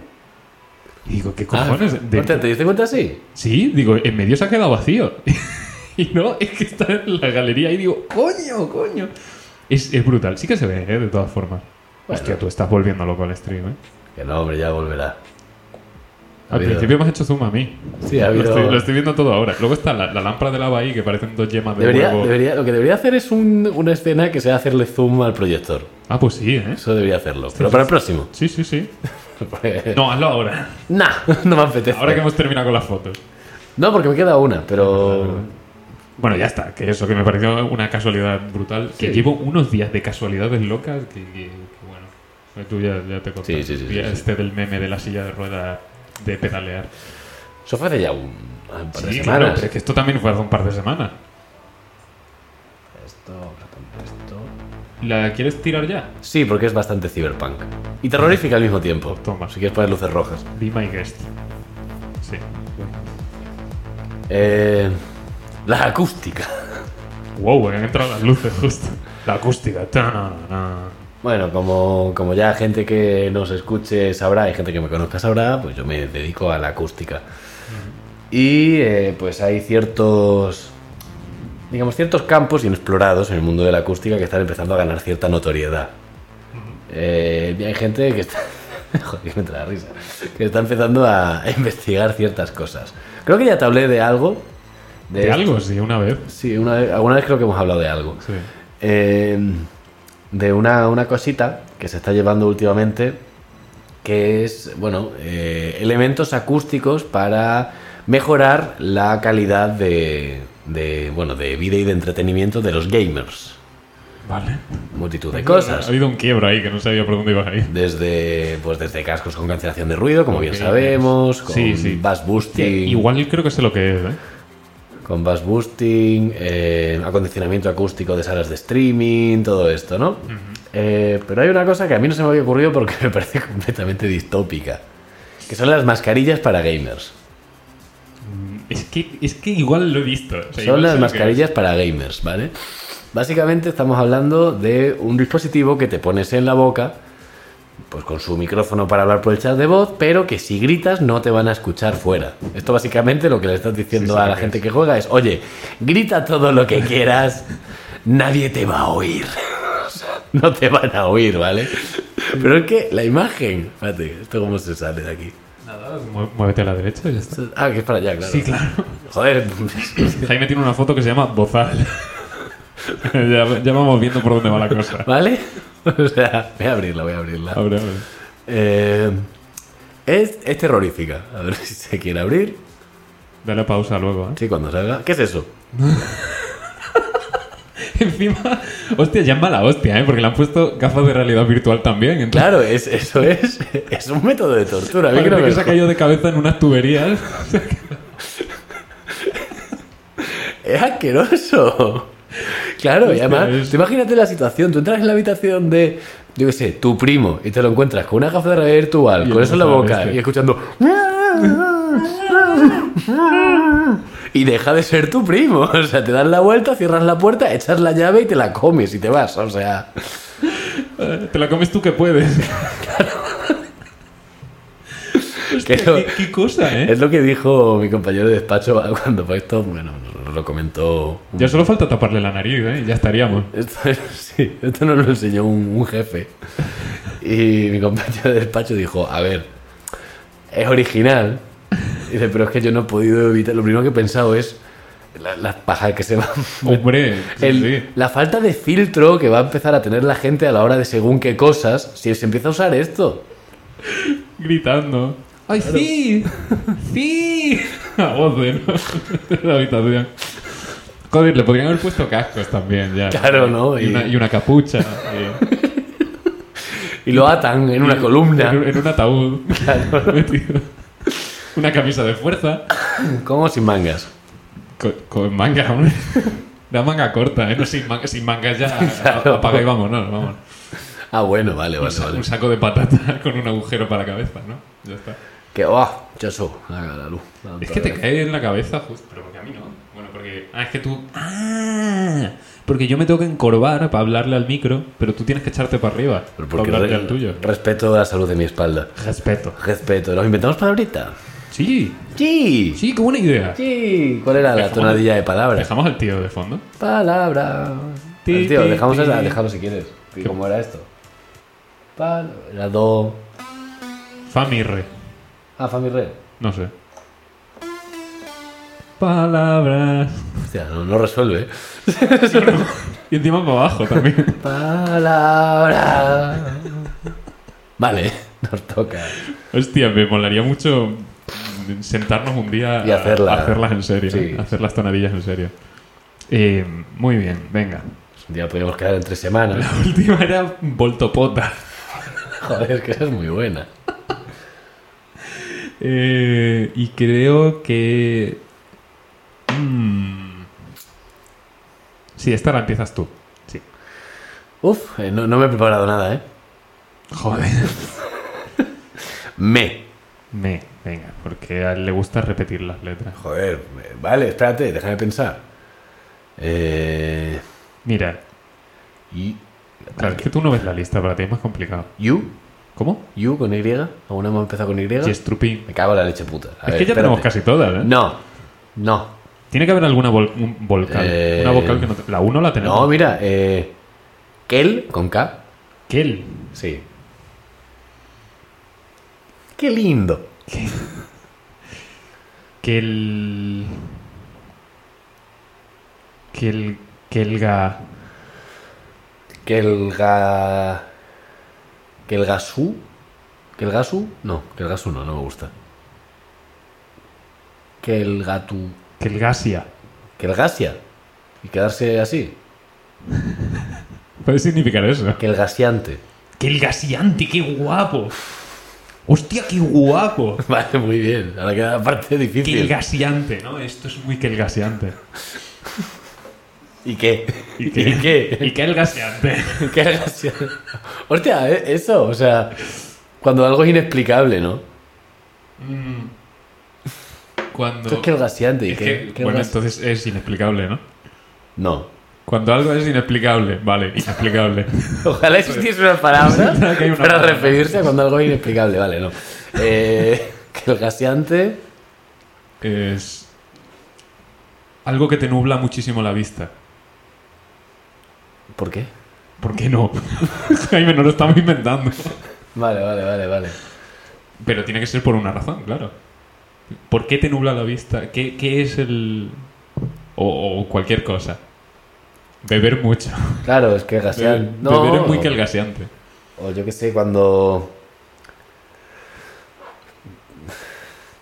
B: Y digo, ¿qué
A: Ah,
B: cojones? De-
A: hostia, ¿Te diste cuenta así?
B: Sí, digo, en medio se ha quedado vacío. y no, es que está en la galería y digo, coño, coño. Es, es brutal, sí que se ve, ¿eh? de todas formas.
A: Bueno.
B: Hostia, tú estás volviendo loco al stream, ¿eh?
A: Que no, hombre, ya volverá. Ha
B: Al
A: habido-
B: principio me has hecho zoom a mí.
A: Sí, ha habido-
B: lo, estoy, lo estoy viendo todo ahora. Luego está la, la lámpara de lava ahí que parecen dos yemas de
A: Debería,
B: huevo.
A: debería, lo que debería hacer es un- una escena que sea hacerle zoom al proyector.
B: Ah, pues sí, ¿eh?
A: Eso debería hacerlo. Pero para el próximo.
B: Sí, sí, sí.
A: Porque-
B: No, hazlo ahora.
A: Nah, no me apetece.
B: Ahora que hemos terminado con las fotos.
A: No, porque me queda una, pero.
B: Bueno, ya está, que eso, que me pareció una casualidad brutal. Que
A: Sí.
B: llevo unos días de casualidades locas que, que- que bueno. eh, Tú ya, ya te contaste.
A: Sí, sí, sí,
B: Ya
A: sí, sí.
B: este del meme de la silla de rueda de pedalear.
A: Eso fue hace ya un, un par de
B: Sí, claro,
A: semanas.
B: pero es que esto también fue hace un par de semanas.
A: Esto, esto.
B: ¿La quieres tirar ya?
A: Sí, porque es bastante cyberpunk. Y terrorífica al mismo tiempo.
B: Toma.
A: Si quieres poner luces rojas.
B: Be my guest. Sí.
A: Eh, la acústica.
B: Wow, eh, han entrado las luces justo. La acústica. Ta-na-na.
A: Bueno, como, como ya gente que nos escuche sabrá y gente que me conozca sabrá, pues yo me dedico a la acústica. Y eh, pues hay ciertos, digamos, ciertos campos inexplorados en el mundo de la acústica que están empezando a ganar cierta notoriedad. Eh, y hay gente que está. Joder, me entra la risa. Que está empezando a investigar ciertas cosas. Creo que ya te hablé de algo.
B: ¿De
A: esto.
B: algo? Sí, una vez.
A: Sí, una vez- alguna vez creo que hemos hablado de algo.
B: Sí.
A: Eh, de una, una cosita que se está llevando últimamente, que es, bueno, eh, elementos acústicos para mejorar la calidad de, de, bueno, de vida y de entretenimiento de los gamers.
B: Vale.
A: Multitud de cosas.
B: Ha habido un quiebro ahí que no sabía por dónde ibas a ir.
A: Desde, pues desde cascos con cancelación de ruido, como bien
B: Ok.
A: sabemos, con
B: Sí, sí.
A: bass boosting,
B: Igual creo que sé lo que es, ¿eh?
A: con bass boosting, eh, acondicionamiento acústico de salas de streaming, todo esto, ¿no? Eh, pero hay una cosa que a mí no se me había ocurrido porque me parece completamente distópica, que son las mascarillas para gamers.
B: Es que, es que igual lo he visto. O sea,
A: Son
B: igual sé
A: las
B: lo que
A: mascarillas para gamers, ¿vale? Básicamente estamos hablando de un dispositivo que te pones en la boca, pues con su micrófono para hablar por el chat de voz, pero que si gritas no te van a escuchar fuera. Esto básicamente lo que le estás diciendo
B: Sí, sí,
A: a
B: lo
A: la
B: que
A: gente
B: es.
A: que juega es, oye, grita todo lo que quieras, nadie te va a oír. O sea, No te van a oír, ¿vale? Pero es que la imagen, fíjate, esto cómo se sale de aquí.
B: es. Nada, mu- muévete a la derecha y ya está.
A: Ah, que es para allá, claro.
B: Sí, claro.
A: Joder,
B: Jaime tiene una foto que se llama Bozal. ya, ya vamos viendo por dónde va la cosa.
A: ¿vale? O sea, voy a abrirla, voy a abrirla.
B: Abre, abre.
A: Eh, es, es terrorífica. A ver si se quiere abrir.
B: Dale a pausa luego, ¿eh?
A: Sí, cuando salga. ¿Qué es eso?
B: Encima, hostia, ya es mala hostia, ¿eh? Porque le han puesto gafas de realidad virtual también. Entonces,
A: Claro, es, eso es. Es un método de tortura. A mí
B: parece
A: que no
B: que
A: me
B: se ha
A: jodas.
B: caído de cabeza en unas tuberías.
A: Es asqueroso. Claro, y
B: Hostia,
A: además,
B: es-
A: tú imagínate la situación. Tú entras en la habitación de, yo qué sé, tu primo y te lo encuentras con una gafa de realidad virtual,
B: Y
A: con eso en la
B: empezaba
A: boca
B: este.
A: y escuchando. Y deja de ser tu primo. O sea, te das la vuelta, cierras la puerta, echas la llave y te la comes y te vas. O sea,
B: Eh, Te la comes tú que puedes. Hostia,
A: Que no-
B: qué, qué cosa, ¿eh?
A: es lo que dijo mi compañero de despacho cuando fue esto. Bueno, nos lo comentó. un-
B: Ya solo falta taparle la nariz, ¿eh? Y ya estaríamos.
A: Esto, sí, esto nos lo enseñó un, un jefe. Y mi compañero de despacho dijo, a ver, es original. Y dice, pero es que yo no he podido evitar. Lo primero que he pensado es la- las pajas que se van.
B: Hombre, sí,
A: El-
B: sí.
A: La falta de filtro que va a empezar a tener la gente a la hora de según qué cosas, si se empieza a usar esto.
B: gritando. ¡Ay, sí! ¡Sí! A voz de, de la habitación. Joder, le podrían haber puesto cascos también ya.
A: Claro, ¿no?
B: Y,
A: Y-
B: una, y una capucha. y-
A: Y lo atan en una
B: En,
A: columna.
B: en un ataúd. Metido. Una camisa de fuerza.
A: Como sin mangas.
B: Con, con manga, hombre. Una manga corta, ¿eh? No, sin, manga, sin manga ya.
A: Claro.
B: Apaga y vámonos, vamos.
A: Ah, bueno, vale, vale, vale.
B: Un saco de patata con un agujero para la cabeza, ¿no? Ya está.
A: Que, oh, choso, haga la luz.
B: Es que te cae en la cabeza, justo, pero porque a mí no. Bueno, porque. Ah, es que tú. ¡Ah! Porque yo me tengo que encorvar para hablarle al micro, pero tú tienes que echarte para arriba.
A: Pero
B: para
A: porque
B: hablarle
A: re-
B: al tuyo.
A: respeto a la salud de mi espalda.
B: Respeto.
A: Respeto. ¿Nos inventamos palabrita?
B: Sí,
A: Sí.
B: sí, qué buena idea.
A: Sí. ¿Cuál era la
B: Dejamos-
A: tonadilla de palabras?
B: Dejamos al tío de fondo.
A: Palabra.
B: Ti,
A: Al tío,
B: ti,
A: dejamos
B: ti.
A: esa, dejamos si quieres. ¿Y ¿Cómo era esto? Pal... Era do...
B: Famirre.
A: Ah, Fami Re.
B: No sé. Palabras.
A: Hostia, no, no resuelve.
B: Y encima para abajo también.
A: Palabra. Vale, nos toca.
B: Hostia, me molaría mucho sentarnos un día
A: Y
B: a-
A: hacerla.
B: a hacerlas en serio.
A: Sí.
B: a Hacer las tonadillas en serio. Eh, muy bien, venga.
A: Un día podríamos quedar en tres semanas.
B: La última era Voltopota.
A: Joder, que esa es muy buena.
B: Eh, y creo que. Mm. Sí, esta la empiezas tú. Sí.
A: Uf, eh, no, no me he preparado nada, ¿eh?
B: Joder.
A: Me.
B: Me, venga, porque a él le gusta repetir las letras.
A: Joder, eh, vale, espérate, déjame pensar. Eh,
B: Mira,
A: y-
B: claro, es que tú no ves la lista, para ti es más complicado.
A: you,
B: ¿Cómo?
A: you con Y, alguna hemos empezado con Y.
B: Yestrupin.
A: Me cago en la leche puta. A
B: Es
A: ver,
B: que ya
A: espérate.
B: tenemos casi todas, ¿eh?
A: No, no,
B: Tiene que haber alguna vol- un volcal.
A: Eh,
B: Una vocal que no. te- La 1 la tenemos.
A: no, mira, eh, Kel con K,
B: Kel.
A: sí. Qué lindo.
B: Kel. Kel. Kelga.
A: Kelga. Kelgasu. Kelgasu, no, Kelgasu no, no me gusta. Kelgatu.
B: Kelgasia.
A: Kelgasia. Y quedarse así.
B: Puede significar eso.
A: Kelgasiante.
B: Kelgasiante, qué guapo. Hostia, qué guapo.
A: Vale, muy bien. Ahora queda la parte difícil.
B: Kelgasiante, ¿no? Esto es muy kelgasiante.
A: ¿Y qué?
B: ¿Y qué?
A: ¿Y qué?
B: Y kelgasiante.
A: Kelgasia- Hostia, eh, eso, o sea. Cuando algo es inexplicable, ¿no?
B: Mm. Cuando.
A: Esto es kelgasiante. y
B: Es
A: qué-
B: que-
A: qué
B: bueno,
A: gas-
B: entonces es inexplicable, ¿no?
A: No.
B: Cuando algo es inexplicable, vale, inexplicable.
A: Ojalá existiese una palabra
B: Ojalá que haya una
A: para
B: palabra.
A: referirse a cuando algo es inexplicable, vale, no. Eh, que el gaseante,
B: es algo que te nubla muchísimo la vista.
A: ¿por qué?
B: ¿Por qué no? Jaime, no lo estamos inventando.
A: Vale, vale, vale, vale.
B: Pero tiene que ser por una razón, claro. ¿Por qué te nubla la vista? ¿Qué, qué es el...? O, o cualquier cosa. Beber mucho.
A: Claro, es que gaseante.
B: Beber,
A: No,
B: beber es muy calgaseante.
A: o yo qué sé, cuando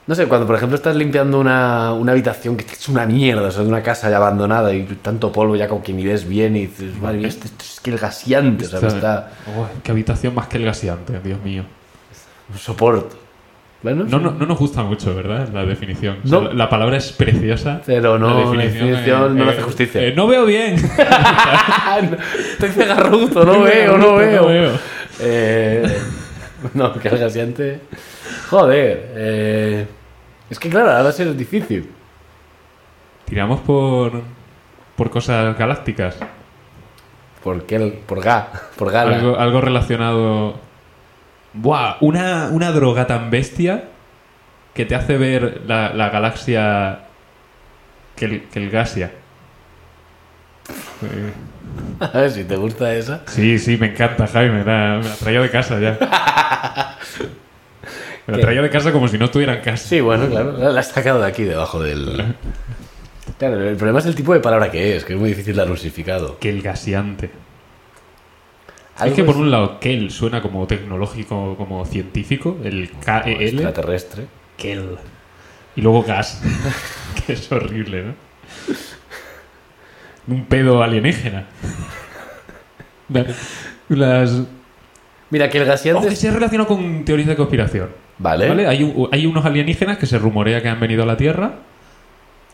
A: No sé, cuando por ejemplo estás limpiando una, una habitación que es una mierda, o sea, es una casa ya abandonada y tanto polvo ya como que ni ves bien y dices, madre mía, esto, esto es que el gaseante, o sea, me está...
B: Oh, qué habitación más calgaseante, Dios mío.
A: un soporte. Bueno,
B: No, no, no nos gusta mucho, ¿verdad? La definición. O sea,
A: No.
B: la, la palabra es preciosa.
A: Pero no,
B: la
A: la
B: definición,
A: definición no le hace
B: eh,
A: justicia.
B: eh, no veo bien.
A: Ah, no. Estoy cegarruto, no veo, no veo. Eh, no, que el gaseante. Joder. eh, es que claro, ahora va a ser difícil.
B: Tiramos por, por cosas galácticas.
A: Porque el, por ga, por gala.
B: Algo, algo relacionado. Buah, una, una droga tan bestia que te hace ver la, la galaxia. Que el, que el Gasia. Eh,
A: A ver si te gusta esa.
B: Sí, sí, me encanta, Javi. Me la, me la traía de casa ya. Me la
A: ¿Qué?
B: traía de casa como si no estuviera en casa.
A: Sí, bueno, claro. La has sacado de aquí, debajo del. Claro, el problema es el tipo de palabra que es, que es muy difícil dar un significado.
B: Que el gaseante. Es
A: Algo
B: que por un lado, Kel suena como tecnológico, como científico, el
A: como
B: K-E-L,
A: extraterrestre.
B: Kel. Y luego gas, que es horrible, ¿no? Un pedo alienígena. La- Las...
A: Mira, que el
B: O
A: gaseante.
B: que
A: es-
B: se relaciona con teorías de conspiración.
A: Vale.
B: Oh, ¿Vale? Hay, u- hay unos alienígenas que se rumorea que han venido a la Tierra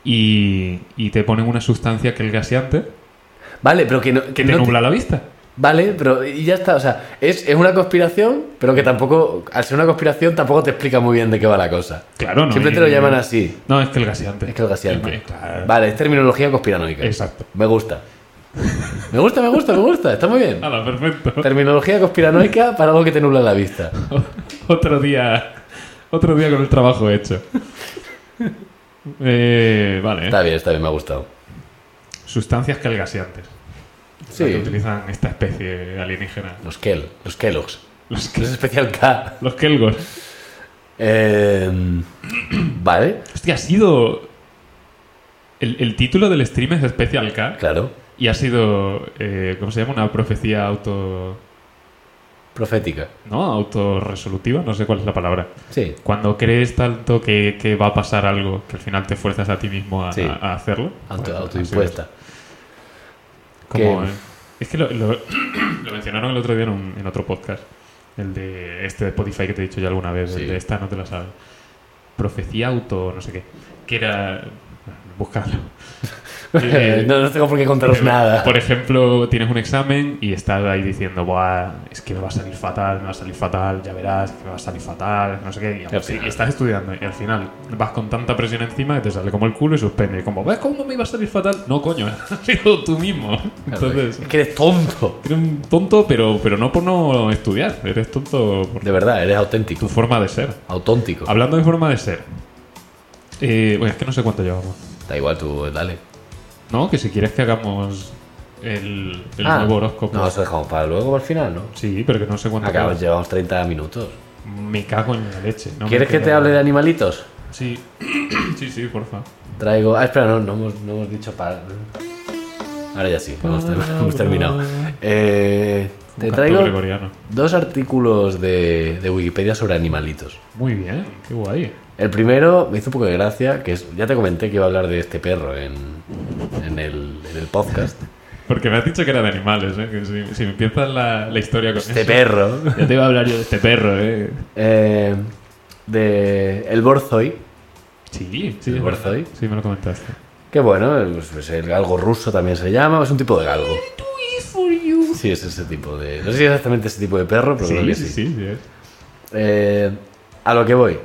B: y, y te ponen una sustancia que el gaseante
A: Vale, pero que no.
B: que te
A: no te-
B: nubla la vista.
A: Vale, pero y ya está. O sea, es, es una conspiración, pero que tampoco. Al ser una conspiración, tampoco te explica muy bien de qué va la cosa.
B: Claro, no.
A: Siempre te
B: hay-
A: lo llaman así.
B: No, es que el gaseante.
A: Es que el gaseante.
B: Eh, claro.
A: Vale, es terminología conspiranoica.
B: Exacto.
A: Me gusta. Me gusta, me gusta, me gusta. Está muy bien.
B: Nada, perfecto.
A: Terminología conspiranoica para algo que te nubla la vista.
B: otro día. Otro día con el trabajo hecho. Eh, vale.
A: Está bien, está bien, me ha gustado.
B: Sustancias calgaseantes.
A: Sí.
B: Que utilizan esta especie alienígena.
A: Los Kell, los Kellogg's.
B: Los,
A: Que es
B: que-
A: especial K.
B: los Kelgos.
A: Eh, vale,
B: Hostia, ha sido. El, el título del stream es Special K.
A: claro.
B: Y ha sido. eh, ¿Cómo se llama? Una profecía auto.
A: Profética.
B: ¿No? Autorresolutiva. No sé cuál es la palabra.
A: Sí.
B: Cuando crees tanto que, que va a pasar algo, que al final te fuerzas a ti mismo a,
A: Sí.
B: a- a hacerlo. pues,
A: Auto-
B: Bueno,
A: autoimpuesta.
B: así es. Como,
A: Que-
B: eh, es que lo, lo- lo mencionaron el otro día en, un- en otro podcast. El de este de Spotify que te he dicho ya alguna vez.
A: Sí.
B: El de esta no te la sabes. Profecía auto, no sé qué. Que era. bueno, Buscarlo. Eh,
A: no, no tengo por qué contaros nada.
B: Por ejemplo, tienes un examen y estás ahí diciendo, Buah, es que me va a salir fatal, me va a salir fatal, ya verás, que me va a salir fatal, no sé qué. Y,
A: al final.
B: y estás estudiando y al final vas con tanta presión encima que te sale como el culo y suspende. Y como, ¿ves cómo me iba a salir fatal? No, coño, has sido tú mismo.
A: Claro,
B: Entonces,
A: es que eres tonto.
B: eres un tonto, pero, pero no por no estudiar, eres tonto por
A: De verdad, eres
B: tu
A: auténtico.
B: forma de ser.
A: Auténtico.
B: Hablando de forma de ser, eh, bueno, es que no sé cuánto llevamos.
A: Da igual, tú, dale.
B: No, que si quieres que hagamos el, el
A: Ah,
B: nuevo horóscopo.
A: No, eso dejamos para luego, para el final, ¿no?
B: Sí, pero que no sé cuánto.
A: Acabamos,
B: queda.
A: llevamos 30 minutos.
B: Me cago en la leche. no me
A: ¿Quieres que
B: queda-
A: te hable de animalitos?
B: Sí, sí, sí, porfa.
A: Traigo. Ah, espera, no, no hemos, no hemos dicho para. Ahora ya sí, hemos, hemos terminado. Eh, te
B: Canto
A: traigo
B: gregoriano.
A: dos artículos de, de Wikipedia sobre animalitos.
B: Muy bien, qué guay.
A: El primero me hizo un poco de gracia, que es. Ya te comenté que iba a hablar de este perro en, en, el, en el podcast.
B: Porque me has dicho que era de animales, ¿eh? Que si, si me empiezas la, la historia con
A: Este
B: eso-
A: perro.
B: Ya te iba a hablar yo de este perro, ¿eh?
A: eh, de. El Borzoi.
B: Sí, sí.
A: ¿El
B: es
A: Borzoi?
B: verdad. Sí, me lo comentaste.
A: Que bueno, es, es el galgo ruso también se llama, es un tipo de galgo. Sí, es ese tipo de. No sé si es exactamente ese tipo de perro, pero creo
B: Sí,
A: que
B: sí,
A: sí.
B: sí, sí, es.
A: Eh, a lo que voy.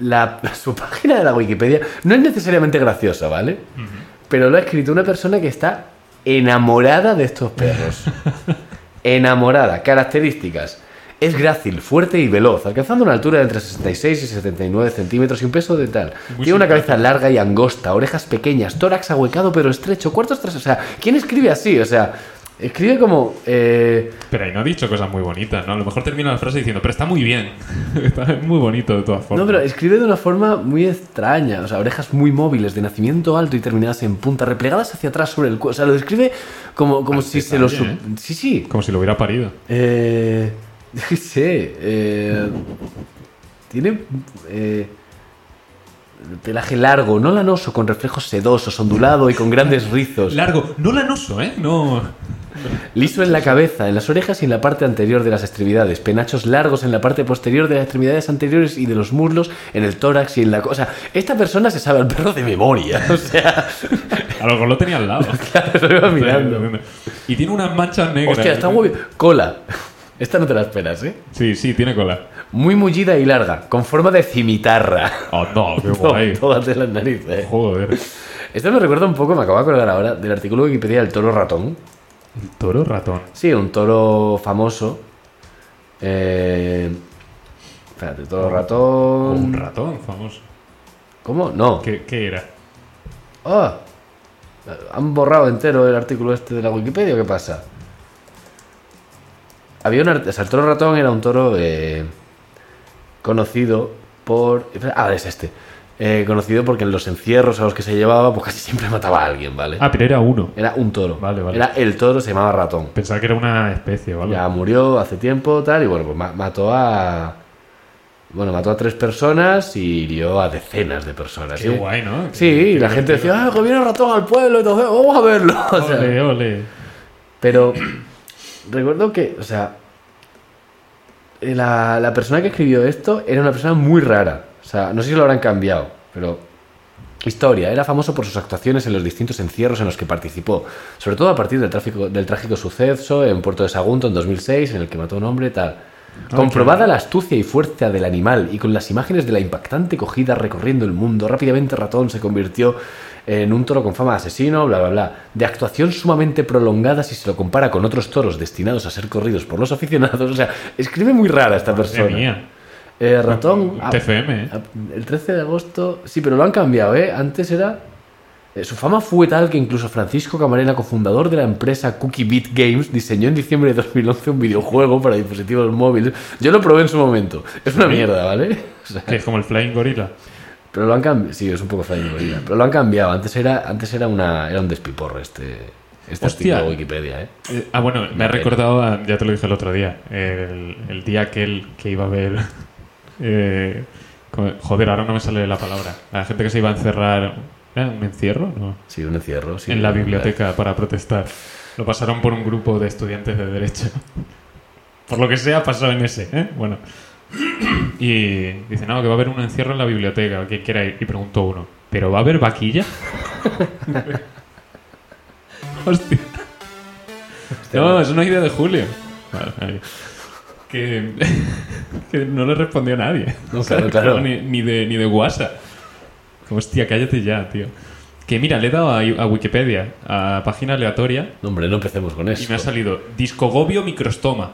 A: La, su página de la Wikipedia no es necesariamente graciosa, ¿vale? Pero lo ha escrito una persona que está enamorada de estos perros. enamorada. Características. Es grácil, fuerte y veloz, alcanzando una altura de entre 66 y 79 centímetros y un peso de tal.
B: Muy
A: Tiene una
B: simpático.
A: cabeza larga y angosta, orejas pequeñas, tórax ahuecado pero estrecho, cuartos tras... O sea, ¿quién escribe así? O sea, escribe como... eh,
B: Pero ahí no ha dicho cosas muy bonitas, ¿no? A lo mejor termina la frase diciendo, pero está muy bien. está muy bonito de todas
A: No,
B: formas.
A: pero escribe de una forma muy extraña. O sea, orejas muy móviles, de nacimiento alto y terminadas en punta, replegadas hacia atrás sobre el cuello. O sea, lo describe como, como si se lo...
B: detalle,
A: sub- Sí, sí.
B: Como si lo hubiera parido.
A: Eh... Yo qué sé. eh, Tiene... eh, Pelaje largo, no lanoso, con reflejos sedosos, ondulado y con grandes rizos.
B: Largo, no lanoso, ¿eh? No.
A: Liso en la cabeza, en las orejas y en la parte anterior de las extremidades. Penachos largos en la parte posterior de las extremidades anteriores y de los muslos, en el tórax y en la cosa. Esta persona se sabe al perro de memoria. O sea,
B: A lo mejor lo tenía al lado.
A: lo iba mirando.
B: Y tiene unas manchas negras.
A: Hostia, está muy bien. Cola. Esta no te la esperas, ¿eh?
B: Sí, sí, tiene cola.
A: Muy mullida y larga, con forma de cimitarra.
B: Oh, no, qué guay.
A: Todas las narices.
B: Joder.
A: Esto me recuerda un poco, me acabo de acordar ahora, del artículo de Wikipedia del toro ratón.
B: El toro ratón.
A: Sí, un toro famoso. Eh... Espérate, toro
B: O
A: ratón.
B: un ratón famoso.
A: ¿Cómo? No.
B: ¿Qué, qué era?
A: Ah, Han borrado entero el artículo este de la Wikipedia, ¿qué pasa? Había un art- o sea, el toro ratón era un toro eh, conocido por. Ah, es este. Eh, conocido porque en los encierros a los que se llevaba, pues casi siempre mataba a alguien, ¿vale?
B: Ah, pero era uno.
A: Era un toro.
B: Vale, vale.
A: Era el toro, se llamaba ratón.
B: Pensaba que era una especie, ¿vale?
A: Ya murió hace tiempo, tal, y bueno, pues ma- mató a. Bueno, mató a tres personas y hirió a decenas de personas.
B: Qué
A: Y-
B: guay, ¿no?
A: Sí, y la gente decía, ah, que viene el ratón al pueblo, entonces vamos a verlo. O sea,
B: Ole, ole.
A: pero recuerdo que, o sea, eh, la, la persona que escribió esto era una persona muy rara. O sea, no sé si lo habrán cambiado, pero... Historia. Era famoso por sus actuaciones en los distintos encierros en los que participó, sobre todo a partir del, tráfico, del trágico suceso en Puerto de Sagunto en 2006, en el que mató a un hombre, tal.
B: Ah,
A: Comprobada la astucia y fuerza del animal y con las imágenes de la impactante cogida recorriendo el mundo, rápidamente Ratón se convirtió en un toro con fama de asesino, bla, bla, bla. De actuación sumamente prolongada si se lo compara con otros toros destinados a ser corridos por los aficionados. O sea, escribe muy rara esta
B: Madre
A: persona.
B: mía.
A: Eh, ratón... ah,
B: TFM, ¿eh?
A: ah, El 13 de agosto... Sí, pero lo han cambiado, ¿eh? Antes era... eh, Su fama fue tal que incluso Francisco Camarena, cofundador de la empresa Cookie Beat Games, diseñó en diciembre de 2011 un videojuego para dispositivos móviles. Yo lo probé en su momento. Es una
B: ¿Sí?
A: mierda, ¿vale? O sea,
B: Que es como el Flying Gorilla.
A: pero lo han cambiado. Sí, es un poco fallo, Gorila, pero lo han cambiado. Antes era, antes era, una, era un despiporre este, este
B: Hostia.
A: artículo de Wikipedia, ¿eh?
B: Eh, ah, bueno, me ha recordado, a- ya te lo dije el otro día, el, el día aquel que iba a ver... eh, co- joder, ahora no me sale la palabra. La gente que se iba a encerrar... ¿Era un encierro? No.
A: Sí, un encierro. sí.
B: en la biblioteca para protestar. Lo pasaron por un grupo de estudiantes de derecho. Por lo que sea, pasó en ese. ¿eh? Bueno. Y dice, no, que va a haber un encierro en la biblioteca, quien quiera ir. Y preguntó uno, ¿pero va a haber vaquilla? Hostia. No, es una idea de Julio. Vale, ahí. que, que no le respondió nadie.
A: No, claro, claro.
B: Ni, ni de, ni de WhatsApp. Hostia, cállate ya, tío. Que mira, le he dado a, a Wikipedia, a página aleatoria,
A: No, hombre, no empecemos con
B: y me ha
A: eso.
B: salido discogobio microstoma.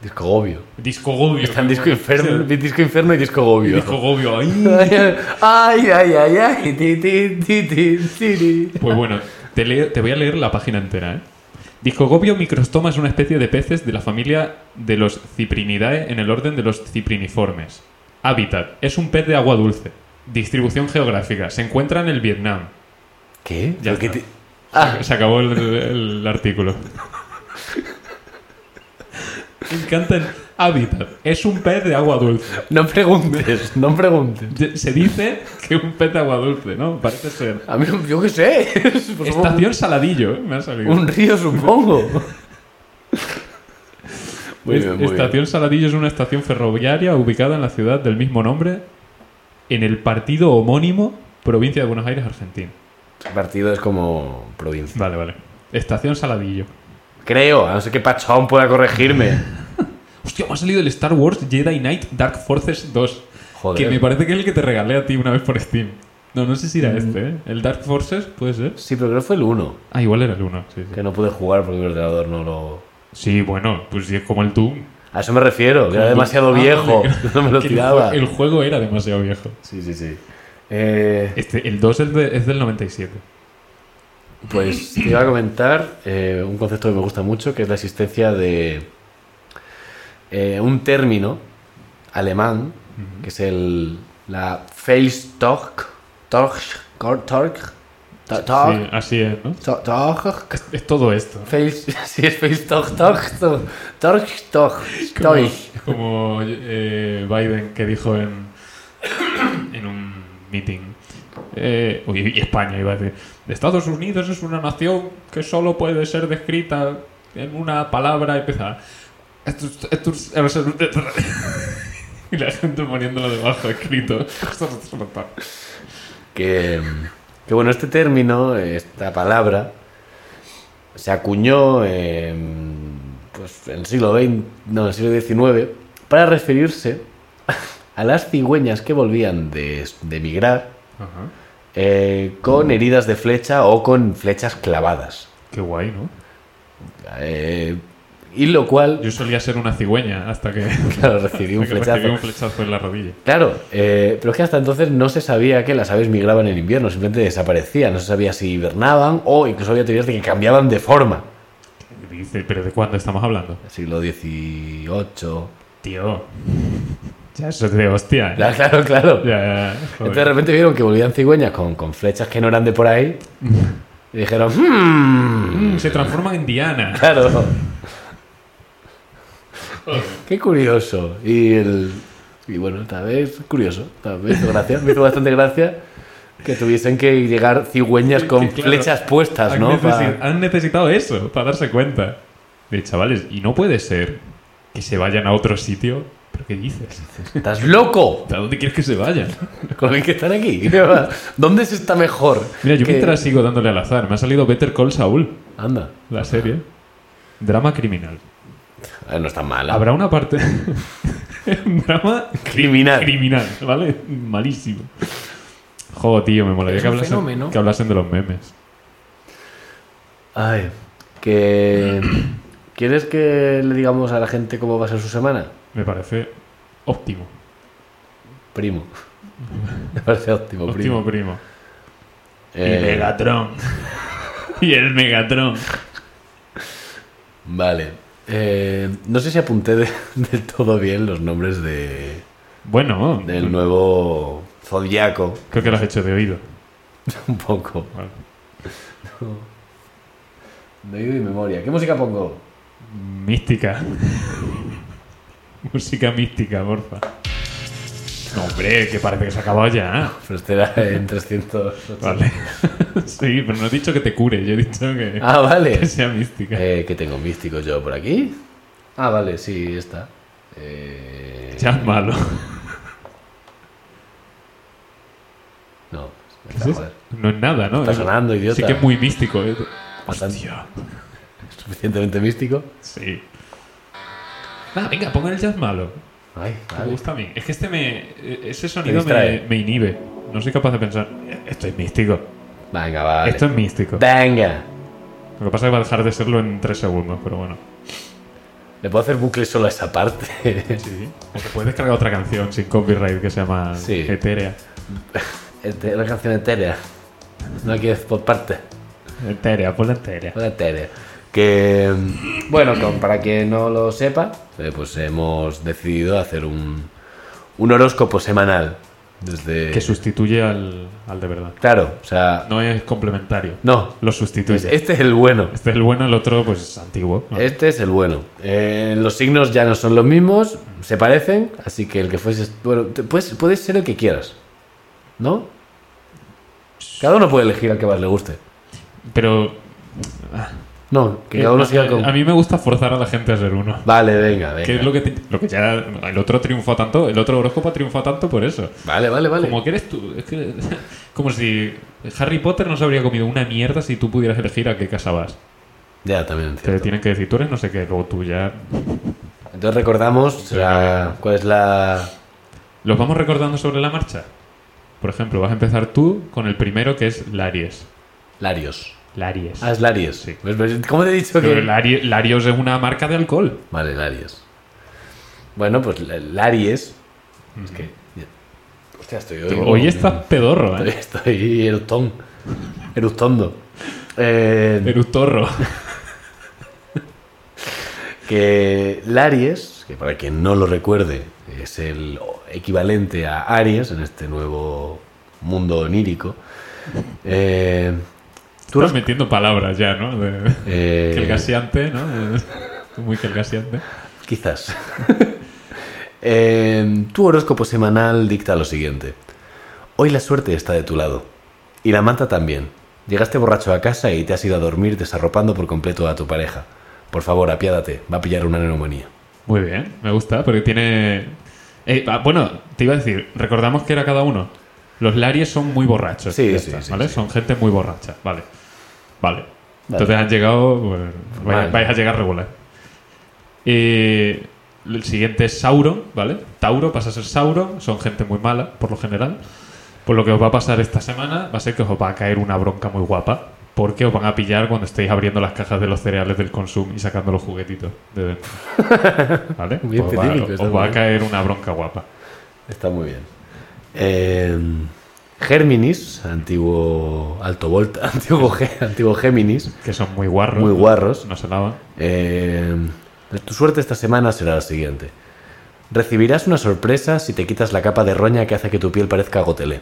A: Disco gobio.
B: Discogobio.
A: Están disco inferno,
B: Sí,
A: disco inferno y disco gobio.
B: Discogobio. Ay.
A: ay, ay, ay, ay. ti, ti, ti, ti, ti, ti.
B: Pues bueno, te, leo- te voy a leer la página entera, ¿eh? Discogobio microstoma es una especie de peces de la familia de los Ciprinidae en el orden de los Cipriniformes. Hábitat. Es un pez de agua dulce. Distribución geográfica. Se encuentra en el Vietnam.
A: ¿Qué?
B: Ya
A: ¿Pero qué
B: está.
A: ti- Ah,
B: Se acabó el, el artículo. Me encanta el hábitat. Es un pez de agua dulce.
A: no preguntes, no preguntes.
B: Se dice que un pez de agua dulce, ¿no? Parece ser.
A: A mí, no- yo qué sé. Pues somos
B: Estación Saladillo, ¿eh? me ha salido.
A: un río, supongo. Muy
B: Es-
A: bien, muy
B: estación
A: bien.
B: Saladillo es una estación ferroviaria ubicada en la ciudad del mismo nombre, en el partido homónimo, provincia de Buenos Aires, Argentina.
A: Este Partido es como provincia.
B: Vale, vale. Estación Saladillo.
A: Creo, a no ser que Pachón pueda corregirme.
B: Hostia, me ha salido el Star Wars Jedi Knight Dark Forces 2.
A: Joder.
B: Que me parece que es el que te regalé a ti una vez por Steam. No, no sé si era este, ¿eh? El Dark Forces, puede ser.
A: Sí, pero creo que fue el 1,
B: Ah, igual era el 1. Sí, sí.
A: que no pude jugar porque mi ordenador no lo...
B: Sí, bueno, pues si es como el Doom.
A: A eso me refiero, que era demasiado
B: Ah,
A: viejo,
B: vale.
A: no me lo
B: Que el
A: tiraba.
B: jue- El juego era demasiado viejo.
A: Sí, sí, sí. Eh,
B: Este, el 2 es, de- es del 97.
A: Pues te iba a comentar eh, un concepto que me gusta mucho, que es la existencia de eh, un término alemán, que es el la Feilstock, Torch, Cor- Torch, To-
B: Sí,
A: Torch,
B: así es, ¿no?
A: To- Torch,
B: Es todo esto.
A: Feils- sí, es Feilstock, Torch, To- Torch, Torch,
B: Como,
A: Torch.
B: como, eh, Biden que dijo en, en un meeting. Eh, uy, y España iba a decir. Estados Unidos es una nación que solo puede ser descrita en una palabra empezada. Esto es- esto es- Y la gente poniéndolo debajo escrito.
A: Que, que, bueno, este término, esta palabra, se acuñó en, pues, en el siglo XX, no, en el siglo XIX, para referirse a las cigüeñas que volvían de, de migrar
B: Ajá.
A: eh, con heridas de flecha o con flechas clavadas.
B: Qué guay, ¿no?
A: Eh, Y lo cual,
B: Yo solía ser una cigüeña hasta que,
A: claro, recibí un
B: hasta que recibí
A: flechazo.
B: un flechazo en la rodilla.
A: Claro, eh, pero es que hasta entonces no se sabía que las aves migraban en invierno, simplemente desaparecían, no se sabía si hibernaban o incluso había teorías de que cambiaban de forma.
B: Dice, ¿pero de cuándo estamos hablando?
A: Siglo XVIII.
B: Tío. Ya eso es de hostia. ¿eh?
A: Claro, claro, claro.
B: Ya, ya, ya, joder.
A: Entonces de repente vieron que volvían cigüeñas con, con flechas que no eran de por ahí. Y dijeron, "Hmm,
B: Mm, Se transforma en Diana.
A: claro, qué curioso. Y, el, y bueno, tal vez curioso, tal vez me hizo gracia, me hizo bastante gracia que tuviesen que llegar cigüeñas
B: Sí,
A: con
B: claro.
A: flechas puestas,
B: han,
A: ¿no? Pa-
B: necesi- han necesitado eso para darse cuenta. De chavales, y no puede ser que se vayan a otro sitio. ¿Pero qué dices?
A: ¡Estás loco!
B: ¿A dónde quieres que se vayan?
A: Con el que están aquí. ¿Dónde se está mejor?
B: Mira, yo
A: Que-
B: mientras sigo dándole al azar, me ha salido Better Call Saul,
A: Anda,
B: la serie. Drama criminal.
A: Ah, no está mal.
B: Habrá una parte. un drama
A: Criminal.
B: criminal, ¿vale? Malísimo. Joder, tío, me molaría
A: Es
B: que
A: un
B: hablasen,
A: fenómeno.
B: que hablasen de los memes.
A: Ay, que... ¿Quieres que le digamos a la gente cómo va a ser su semana?
B: Me parece óptimo.
A: Primo. Me parece óptimo, primo.
B: Óptimo primo.
A: Eh,
B: Y Megatron. y el Megatron.
A: Vale. Eh, no sé si apunté de- del todo bien los nombres de,
B: Bueno,
A: del nuevo Zodiaco.
B: creo que lo has hecho de oído.
A: Un poco.
B: Vale.
A: De oído y memoria. ¿Qué música pongo?
B: Mística. Música mística, porfa. No, hombre, que parece que se ha acabado ya.
A: Pero este era en 300.
B: Vale. sí, pero no he dicho que te cure, yo he dicho que,
A: Ah, vale.
B: que sea mística.
A: Eh, ¿Qué tengo místico yo por aquí? Ah, vale, sí, está. Eh,
B: Seas malo.
A: No,
B: ¿Qué es
A: está,
B: eso?
A: joder.
B: No es nada, ¿no?
A: Está
B: Es-
A: sonando, idiota.
B: Sí que es muy místico. ¿eh?
A: Bastante.
B: Hostia.
A: Suficientemente místico.
B: Sí. Ah, venga, pongan el jazz malo.
A: Ay,
B: que Me
A: vale.
B: gusta a mí. Es que este me, e- ese sonido me,
A: distrae.
B: me inhibe. No soy capaz de pensar. Esto es místico.
A: Venga, vale.
B: Esto es místico.
A: Venga.
B: Lo que pasa es que va a dejar de serlo en tres segundos, pero bueno.
A: Le puedo hacer bucle solo a esa parte.
B: Sí. O te puedes descargar otra canción sin copyright que se llama
A: Sí.
B: Etérea.
A: Este, una canción etérea. No quieres por parte.
B: Etérea, ponla Etérea.
A: Una etérea. Que. mm, Bueno, con- para quien no lo sepa, eh, pues hemos decidido hacer un, un horóscopo semanal. Desde.
B: Que sustituye al, al de verdad.
A: Claro, o sea.
B: No es complementario.
A: No.
B: Lo sustituye.
A: Este es el bueno.
B: Este es el bueno, el otro, pues es antiguo. ¿no?
A: Este es el bueno. Eh, los signos ya no son los mismos, se parecen, así que el que fuese. Bueno, te- puedes, puedes ser el que quieras, ¿no? Cada uno puede elegir al que más le guste.
B: Pero.
A: No, que cada uno
B: eh,
A: siga
B: a-
A: con.
B: A mí me gusta forzar a la gente a ser uno.
A: Vale, venga,
B: Que es
A: venga.
B: lo que, te- lo que ya. El otro triunfó tanto. El otro horóscopo triunfa tanto por eso.
A: Vale, vale, vale.
B: Como que eres tú. Es que, como si Harry Potter no se habría comido una mierda si tú pudieras elegir a qué casa vas.
A: Ya, también. es
B: Te
A: cierto.
B: tienen que decir, tú eres no sé qué, luego tú ya.
A: Entonces recordamos la- cuál es la.
B: ¿Los vamos recordando sobre la marcha? Por ejemplo, vas a empezar tú con el primero que es Laries.
A: Larios.
B: Laries.
A: Ah, es Larios.
B: Sí.
A: ¿Ves, ves? ¿Cómo te he dicho
B: Pero
A: que.?
B: Lari- Larios es una marca de alcohol.
A: Vale, Larios. Bueno, pues la- Laries. Es que. Hostia, estoy hoy.
B: Hoy estás pedorro,
A: Estoy,
B: ¿eh?
A: estoy eructón. Eructondo. Eh,
B: Erutorro.
A: que Laries, que para quien no lo recuerde, es el equivalente a Aries en este nuevo mundo onírico. Eh, tú eres-
B: Estás metiendo palabras ya, ¿no? De-
A: eh,
B: que el gaseante, ¿no? De- Muy que el gaseante.
A: Quizás. Eh, tu horóscopo semanal dicta lo siguiente. Hoy la suerte está de tu lado. Y la manta también. Llegaste borracho a casa y te has ido a dormir desarropando por completo a tu pareja. Por favor, apiádate. Va a pillar una neumonía.
B: Muy bien, me gusta, porque tiene... Eh, ah, bueno, te iba a decir, recordamos que era cada uno. Los Laries son muy borrachos.
A: Sí,
B: ya
A: sí, sí,
B: ¿vale?
A: sí.
B: Son gente muy borracha, vale. Vale. Entonces han llegado... bueno, vais,
A: Vale.
B: vais a llegar regular. Eh, el siguiente es Sauro, ¿vale? Tauro pasa a ser Sauro, son gente muy Pues mala, por lo general. Por lo que os va a pasar esta semana va a ser que os va a caer una bronca muy guapa. Porque os van a pillar cuando estéis abriendo las cajas de los cereales del consumo y sacando los juguetitos de dentro. ¿Vale? Pues
A: Muy
B: Os va-
A: específico, está
B: os va
A: muy
B: a caer una bronca guapa.
A: Está muy bien. Eh, Géminis, antiguo alto volta, antiguo, Gé- antiguo Géminis,
B: Que son muy guarros.
A: muy guarros.
B: No se lavan.
A: Eh, tu suerte esta semana será la siguiente. Recibirás una sorpresa si te quitas la capa de roña que hace que tu piel parezca gotelé.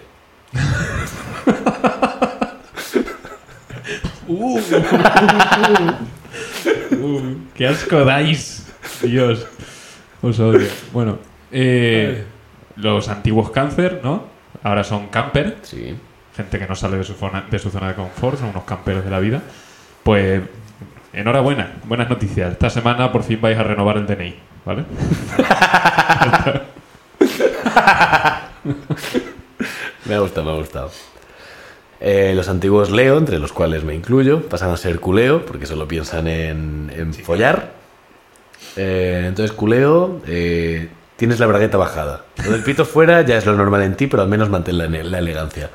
B: Uh, Uh, ¡Qué asco dais! Dios, os odio. Bueno, eh, los antiguos cáncer, ¿no? Ahora son camper,
A: Sí.
B: gente que no sale de su, zona, de su zona de confort, son unos camperos de la vida. Pues, enhorabuena, buenas noticias. Esta semana por fin vais a renovar el DNI, ¿vale?
A: Me ha gustado, me ha gustado. Eh, los antiguos Leo, entre los cuales me incluyo, pasan a ser culeo, porque solo piensan en, en follar. Eh, entonces, culeo, eh, tienes la bragueta bajada. Lo del pito fuera ya es lo normal en ti, pero al menos mantén la, la elegancia.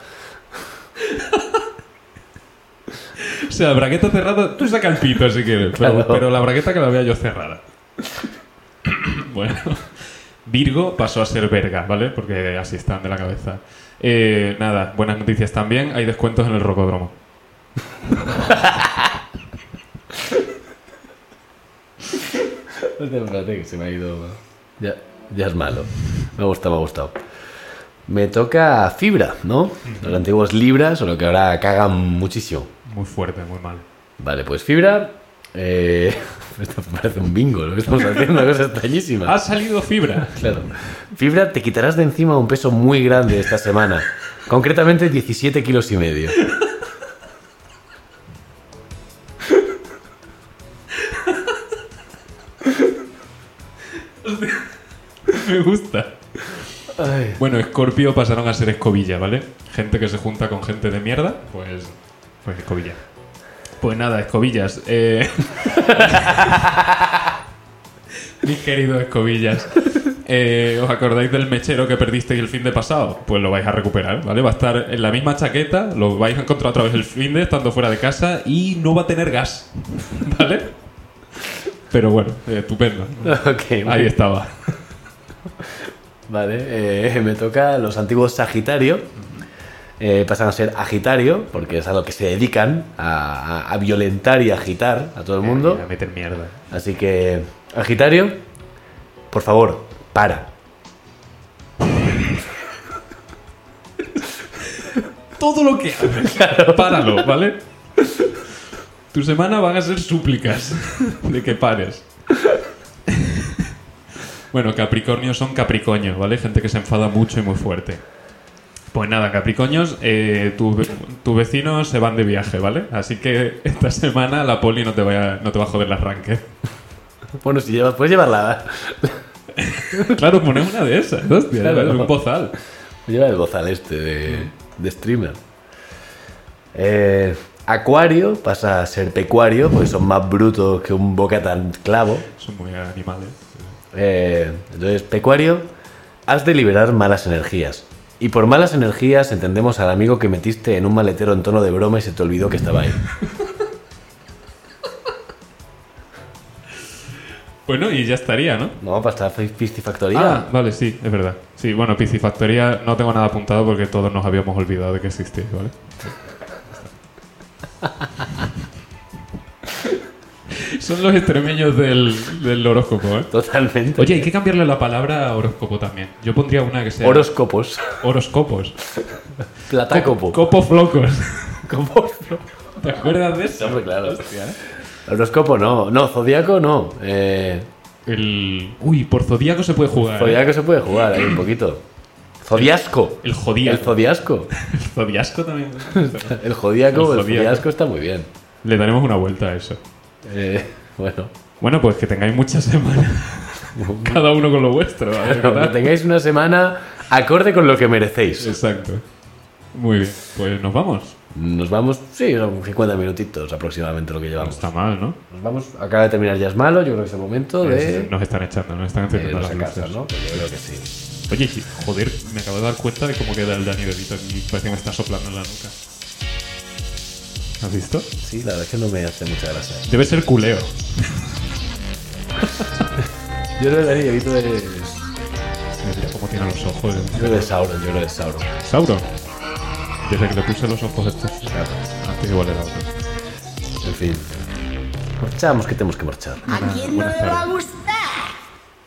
B: O sea, bragueta cerrada, tú saca el pito si quieres, pero,
A: Claro.
B: pero la bragueta que la vea yo cerrada. bueno, Virgo pasó a ser verga, ¿vale? Porque así están de la cabeza. Eh, nada, buenas noticias también, hay descuentos en el rocódromo.
A: Hostia, espérate, eh, que se me ha ido. Ya, ya es malo. Me ha gustado, me ha gustado. Me toca fibra, ¿no? Los antiguos libras, solo que ahora cagan muchísimo.
B: Muy fuerte, muy mal.
A: Vale, pues fibra. eh, esto parece un bingo lo que estamos haciendo, una cosa extrañísima.
B: Ha salido fibra.
A: Claro. Fibra, te quitarás de encima un peso muy grande esta semana. Concretamente 17 kilos y medio.
B: Me gusta.
A: Ay.
B: Bueno, Escorpio pasaron a ser escobilla, ¿vale? Gente que se junta con gente de mierda, pues. Pues escobilla. Pues nada, escobillas. eh. Mis queridos escobillas. eh, ¿Os acordáis del mechero que perdisteis el fin de pasado? Pues lo vais a recuperar, ¿vale? Va a estar en la misma chaqueta, lo vais a encontrar otra vez el fin de, estando fuera de casa, y no va a tener gas, ¿vale? Pero bueno, eh, estupendo.
A: Ok, muy
B: Ahí estaba.
A: Vale, eh, me toca los antiguos Sagitario. Eh, pasan a ser agitario, porque es a lo que se dedican, a, a- a violentar y agitar a todo el mundo.
B: A meter mierda.
A: Así que, agitario, por favor, para.
B: todo lo que haces. Páralo, ¿vale? Tu semana van a ser súplicas de que pares. Bueno, Capricornios son Capricornios, ¿vale? Gente que se enfada mucho y muy fuerte. Pues nada, Capricornios, eh, tu- tus vecinos se van de viaje, ¿vale? Así que esta semana la poli no te va a, no te va a joder el arranque.
A: Bueno, si llevas, puedes llevarla.
B: Claro, ponemos una de esas, hostia,
A: Claro.
B: un bozal.
A: Lleva el bozal este de, de streamer. Eh, acuario pasa a ser pecuario, porque son más brutos que un bocata en clavo.
B: Son muy animales.
A: Eh, entonces, pecuario, has de liberar malas energías. Y por malas energías entendemos al amigo que metiste en un maletero en tono de broma y se te olvidó que estaba ahí.
B: Bueno, y ya estaría, ¿no?
A: No, para estar piscifactoría.
B: Ah, vale, sí, es verdad. Sí, bueno, Piscifactoría no tengo nada apuntado porque todos nos habíamos olvidado de que existía, ¿vale? Son los extremeños del, del horóscopo, ¿eh?
A: Totalmente.
B: Oye, hay que cambiarle la palabra a horóscopo también. Yo pondría una que sea
A: Horoscopos.
B: horoscopos.
A: Platacopo.
B: Copos locos.
A: Copo.
B: ¿Te acuerdas de eso?
A: Hombre, claro.
B: ¿eh?
A: Horoscopo no. No, zodiaco no. Eh,
B: El... Uy, por zodíaco se puede jugar. ¿eh?
A: zodiaco se puede jugar ahí un poquito. Zodiasco.
B: El
A: El
B: jodíaco.
A: zodiasco.
B: El zodiasco también.
A: El jodíaco,
B: El
A: el
B: zodiaco.
A: zodiasco está muy bien.
B: Le daremos una vuelta a eso.
A: Eh, bueno.
B: Bueno, pues que tengáis muchas semanas. Cada uno con lo vuestro. ¿vale?
A: Que tengáis una semana acorde con lo que merecéis.
B: Exacto. Muy bien. Pues nos vamos.
A: Nos vamos, sí, son 50 minutitos aproximadamente lo que
B: No
A: llevamos.
B: Pues está mal, ¿no? Pues, eh,
A: Nos vamos, acaba de terminar ya es malo, yo creo que es el momento de
B: Nos están echando, nos están
A: de
B: encendiendo
A: irnos
B: las
A: a casa,
B: luces.
A: ¿no? Pues Yo creo que sí.
B: Oye, sí, joder, me acabo de dar cuenta de cómo queda el Dani Devito aquí. Parece que me está soplando en la nuca. ¿Has visto?
A: Sí, la verdad es que no me hace mucha gracia.
B: Debe ser culeo.
A: Yo creo que Dani Devito es.
B: Mira cómo tiene los ojos. eh.
A: Yo creo que es Sauron, yo creo que es Sauron.
B: Sauron. Desde que le puse los ojos estos. Antes igual era otro.
A: En fin. Marchamos que tenemos que marchar.
C: ¿A quién no
B: buenas
C: le va a
B: tardes.
C: gustar?